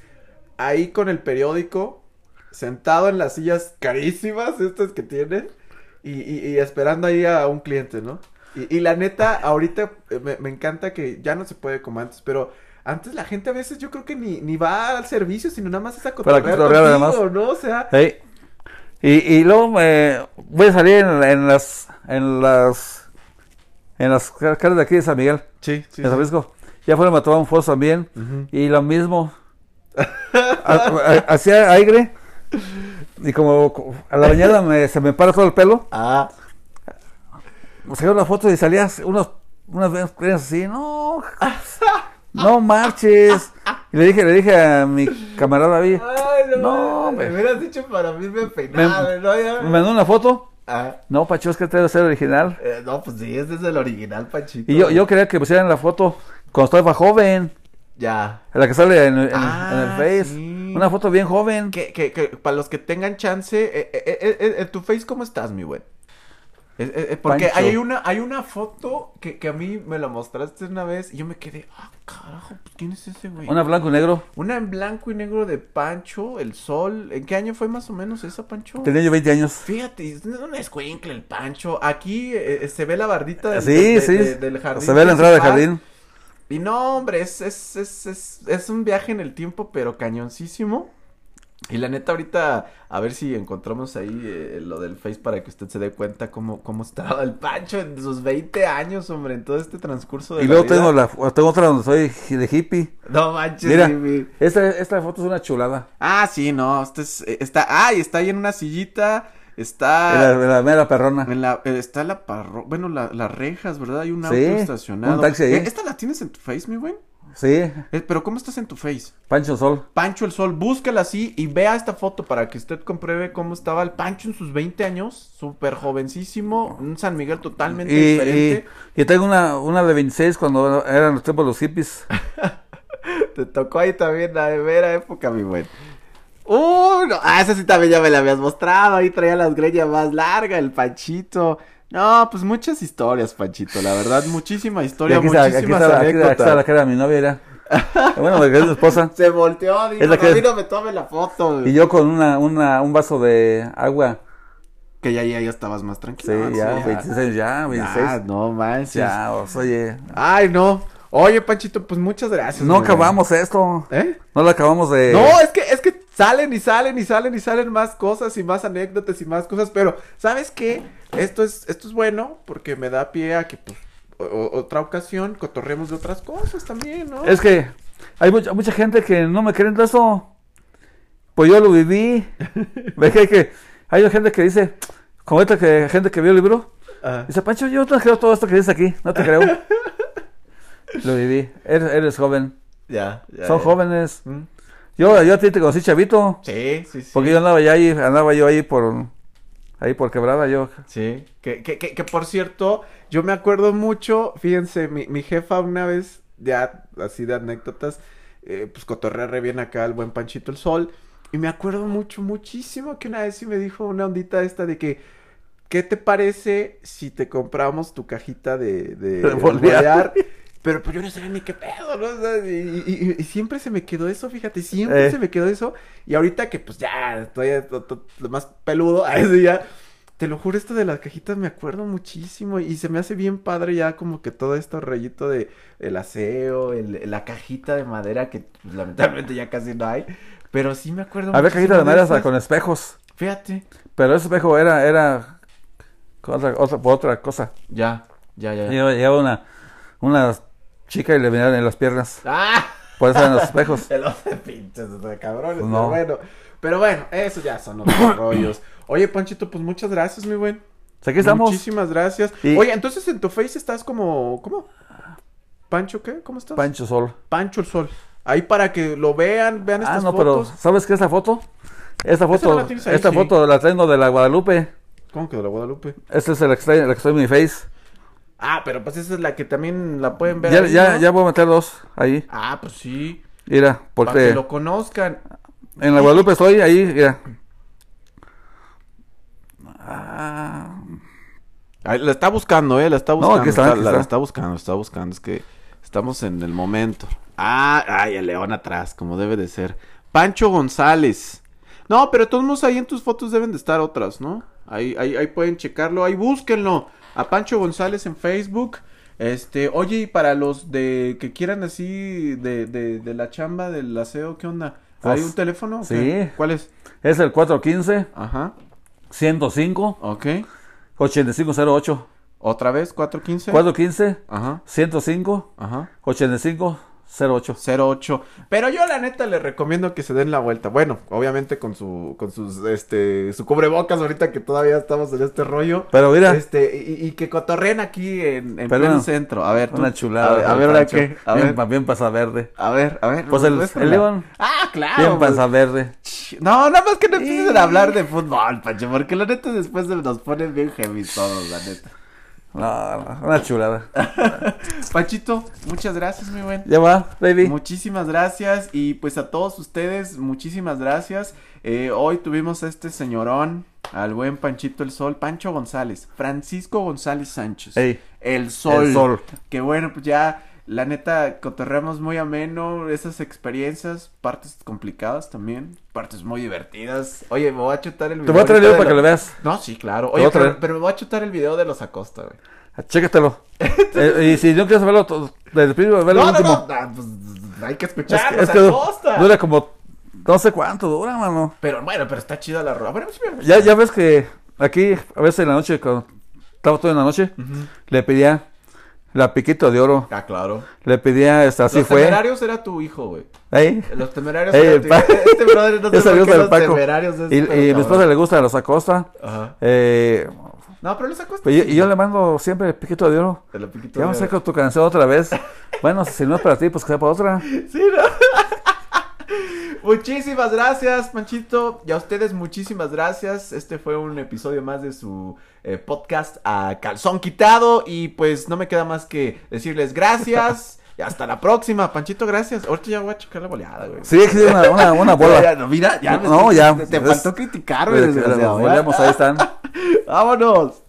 ahí con el periódico, sentado en las sillas carísimas, estas que tienen, y, y- y esperando ahí a un cliente, ¿no? Y, y la neta, ahorita eh, me, me encanta que ya no se puede como antes, pero antes la gente a veces yo creo que ni, ni va al servicio, sino nada más es a Para cotorrear cotorrear, contigo, además. ¿no? O sea, Ey. Y, y luego me voy a salir en, en las en las en las car- caras de aquí de San Miguel, sí, sí. en San sí. Francisco. Ya fueron a tomar un foso también. Ujú. Y lo mismo. Ha- ha- Hacía aire. Y como co- a la mañana me- se me para todo el pelo. Ah, Me sacaron la foto y salías unos, unas veces creías así. No. Ah. No marches. Y le dije, le dije a mi camarada David. Ay, no, No, no me hombre. hubieras dicho para mí me peinaba, Me- ¿no? Ya- Me mandó una foto. Ah, No, Pacho, es que este debe ser original. eh, no, pues sí, ese es el original, Panchito. Y yo, yo quería que pusieran la foto cuando estaba joven. Ya. La que sale en, en- Ah, en el Face. sí. Una foto bien joven. Que, que, que para los que tengan chance, eh, eh, eh, eh, eh, ¿tu face cómo estás, mi güey? Eh, eh, eh, porque Pancho. hay una, hay una foto que, que a mí me la mostraste una vez y yo me quedé, ah, carajo, pues, ¿quién es ese güey? Una blanco y negro. Una en blanco y negro de Pancho, el sol. ¿En qué año fue más o menos esa, Pancho? Tenía yo 20 años. Fíjate, es un escuincle el Pancho. Aquí eh, eh, se ve la bardita del, Sí, de- sí. de- del jardín. Se ve la entrada del principal. jardín. Y no, hombre, es, es, es, es, es un viaje en el tiempo, pero cañoncísimo. Y la neta, ahorita, a ver si encontramos ahí eh, lo del Face para que usted se dé cuenta cómo, cómo estaba el Pancho en sus 20 años, hombre, en todo este transcurso de Y la luego vida. tengo, la, tengo otra donde soy hi- de hippie. No manches, Mira. Jimmy. Esta, esta foto es una chulada. Ah, sí, no, este es, eh, está, ah, y está ahí en una sillita, De la, está... de la mera perrona. En la, eh, está la parro... Bueno, la- las rejas, ¿verdad? Hay un auto Sí, estacionado. un taxi ahí. Eh, ¿Esta la tienes en tu face, mi güey? Sí, Eh, pero ¿cómo estás en tu face? Pancho Sol. Pancho el Sol, búscala así y vea esta foto para que usted compruebe cómo estaba el Pancho en sus 20 años. Súper jovencísimo, un San Miguel totalmente Y, y, diferente. y tengo una, una de 26 cuando eran los tiempos de los hippies. Te tocó ahí también la de vera época, mi buen. ¡Uh! no, Ah, esa sí también ya me la habías mostrado. Ahí traía las greñas más largas, el Panchito. No, pues muchas historias, Panchito. La verdad, muchísima Y historia, aquí está, aquí está, muchísimas la- aquí está- aquí está la anécdotas. que era mi novia. Era. Bueno, que es mi esposa. Se volteó, dijo, Es la "No, que- a mí no me tome la foto. Y yo con una, una, un vaso de agua. Que ya, ya, ya estabas más Ah, Sí, tranquilo. ¿no? ya, 26 años, ya, 26. Ah, no manches. ya, os- oye. Ay, no. Oye, Panchito, pues muchas gracias. No güey. acabamos esto. ¿Eh? No lo acabamos de. No, es que, es que salen y salen y salen y salen más cosas y más anécdotas y más cosas, pero ¿sabes qué? Esto es, esto es bueno porque me da pie a que, pues, o- o- otra ocasión cotorremos de otras cosas también, ¿no? Es que Hay mucha, mucha gente que no me creen de eso. Pues yo lo viví. Ve que hay, que hay gente que dice, como esta que, gente que vio el libro, Ajá. dice, Pancho, yo no creo todo esto que dices aquí, no te creo. lo viví. Eres, eres joven. Ya, ya. Son ya. jóvenes. Mm. Yo, yo a ti te conocí chavito. Sí, sí, sí. Porque yo andaba ya ahí, andaba yo ahí por ahí por quebrada yo. Sí, que, que, que, que por cierto, yo me acuerdo mucho, fíjense, mi, mi jefa una vez, ya así de anécdotas, eh, pues cotorrea re bien acá el buen Panchito el Sol, y me acuerdo mucho, muchísimo que una vez sí me dijo una ondita esta de que, ¿qué te parece si te compramos tu cajita de, de, De bolear? bolear? Pero pues yo no sabía ni qué pedo, ¿no? O sea, y, y- y- y siempre se me quedó eso, fíjate, siempre Eh. se me quedó eso. Y ahorita que pues ya estoy to- to- lo más peludo, a ese ya, te lo juro, esto de las cajitas me acuerdo muchísimo y se me hace bien padre ya como que todo esto rollito de el aseo, el- la cajita de madera que pues, lamentablemente ya casi no hay, pero sí me acuerdo Había muchísimo cajitas de madera hasta esas. con espejos, Fíjate, pero ese espejo era era con otra otra, por otra cosa. ya, ya, ya. ya. Lleva, lleva Eh. una una chica y le venían en las piernas. ¡Ah! Por eso eran los espejos. Se los de pinches de cabrones, Pues no. pero bueno. Pero bueno, eso ya son otros rollos. Oye, Panchito, pues muchas gracias, mi buen. O sea, Pues aquí estamos. Muchísimas gracias. Y- Oye, entonces en tu face estás como. ¿Cómo? ¿Pancho qué? ¿Cómo estás? Pancho Sol. Pancho el Sol. Ahí para que lo vean, vean Ah, estas no, fotos. pero ¿sabes qué es la foto? Esta foto, la tienes ahí, esta sí. foto la tengo de la Guadalupe. ¿Cómo que de la Guadalupe? Esta es la que está la que está en mi face. Ah, pero pues esa es la que también la pueden ver. Ya, ahí, ya, ¿no? ya voy a meter dos ahí. Ah, pues sí. Mira, Para que porque lo conozcan. en la Guadalupe estoy ahí, mira. Ah, Ay, la está buscando, eh, la está buscando. aquí está, está- aquí la, está. la está buscando, está buscando. Es que estamos en el momento. Ah, ay, el león atrás, como debe de ser. Pancho González. No, pero de todos modos ahí en tus fotos deben de estar otras, ¿no? Ahí, ahí, ahí pueden checarlo, ahí búsquenlo. A Pancho González en Facebook. Este, oye, y para los de que quieran así de, de, de la chamba, del aseo, ¿qué onda? ¿Hay Pues, un teléfono? o sí. qué? ¿Cuál es? es el 415 Ajá, 105 ok. 8508. ¿Otra vez? ¿415? 415 Ajá, 105 ajá. 8508. 08. Pero yo la neta le recomiendo que se den la vuelta. Bueno, obviamente con su con sus este su cubrebocas ahorita que todavía estamos en este rollo. Pero mira, Este y, y que cotorreen aquí en, en Pero pleno no. centro. A ver, tú- una chulada. A ver, a el ver, ahora Pancho. qué. A bien, ver, pa- bien pasa verde. a ver, a ver. Pues el- muéstrala. el León. Ah, claro. Bien pues. pasa verde. Ch- No, nada más que no empiecen a hablar de fútbol, Pancho, porque la neta después nos ponen bien heavy todos, la neta. No, no, una chulada. Panchito, muchas gracias, mi buen. Ya va, baby. Muchísimas gracias y pues a todos ustedes, muchísimas gracias. Eh, hoy tuvimos a este señorón, al buen Panchito el Sol, Pancho González, Francisco González Sánchez. Ey, El Sol. El Sol. Que bueno, pues ya la neta cotorreamos muy ameno esas experiencias, partes complicadas también, partes muy divertidas. Oye, me voy a chutar el video. Te voy a traer ahorita yo de para que lo la- veas. No, sí, claro. voy Oye, a traer. pero, pero me voy a chutar el video de los Acosta, güey. Chécatelo. Eh, y si no quieres verlo to- desde el primero, verlo No, no, último. no, ah, pues, hay que Es escuchar que, los es que du- Acosta. dura como no sé cuánto dura, mano. Pero bueno, pero está chida la rola. Bueno, sí, mira. Ya, ya ves que aquí, a veces en la noche, cuando estaba todo en la noche, le pedía la piquito de oro. Ah, claro. Le pedía, esta, así los fue. temerarios era tu hijo, güey. Ahí. Los temerarios Ey, era tu hijo. pa- Este brother no Esa sé por gusta qué del los Paco. temerarios es Y, pero y a mi cabrón. esposa le gusta los Acosta. Ajá. Eh, No, pero les acosta. pues yo- y yo le mando siempre el piquito de oro. Te lo piquito Ya vamos a de- hacer con tu canción otra vez. Bueno, si no es para ti, pues que sea para otra. Sí, ¿no? muchísimas gracias, Panchito. Y a ustedes, muchísimas gracias. Este fue un episodio más de su eh, podcast a calzón quitado. Y pues no me queda más que decirles gracias. y hasta la próxima, Panchito, gracias. Ahorita ya voy a checar la boleada, güey. Sí, es una, una, una bola. Ya, ya, mira, ya. No, me- ya. Te, te Es- faltó criticar, güey, Pero que desgraciado, las volvemos, ¿verdad? ahí están. Vámonos.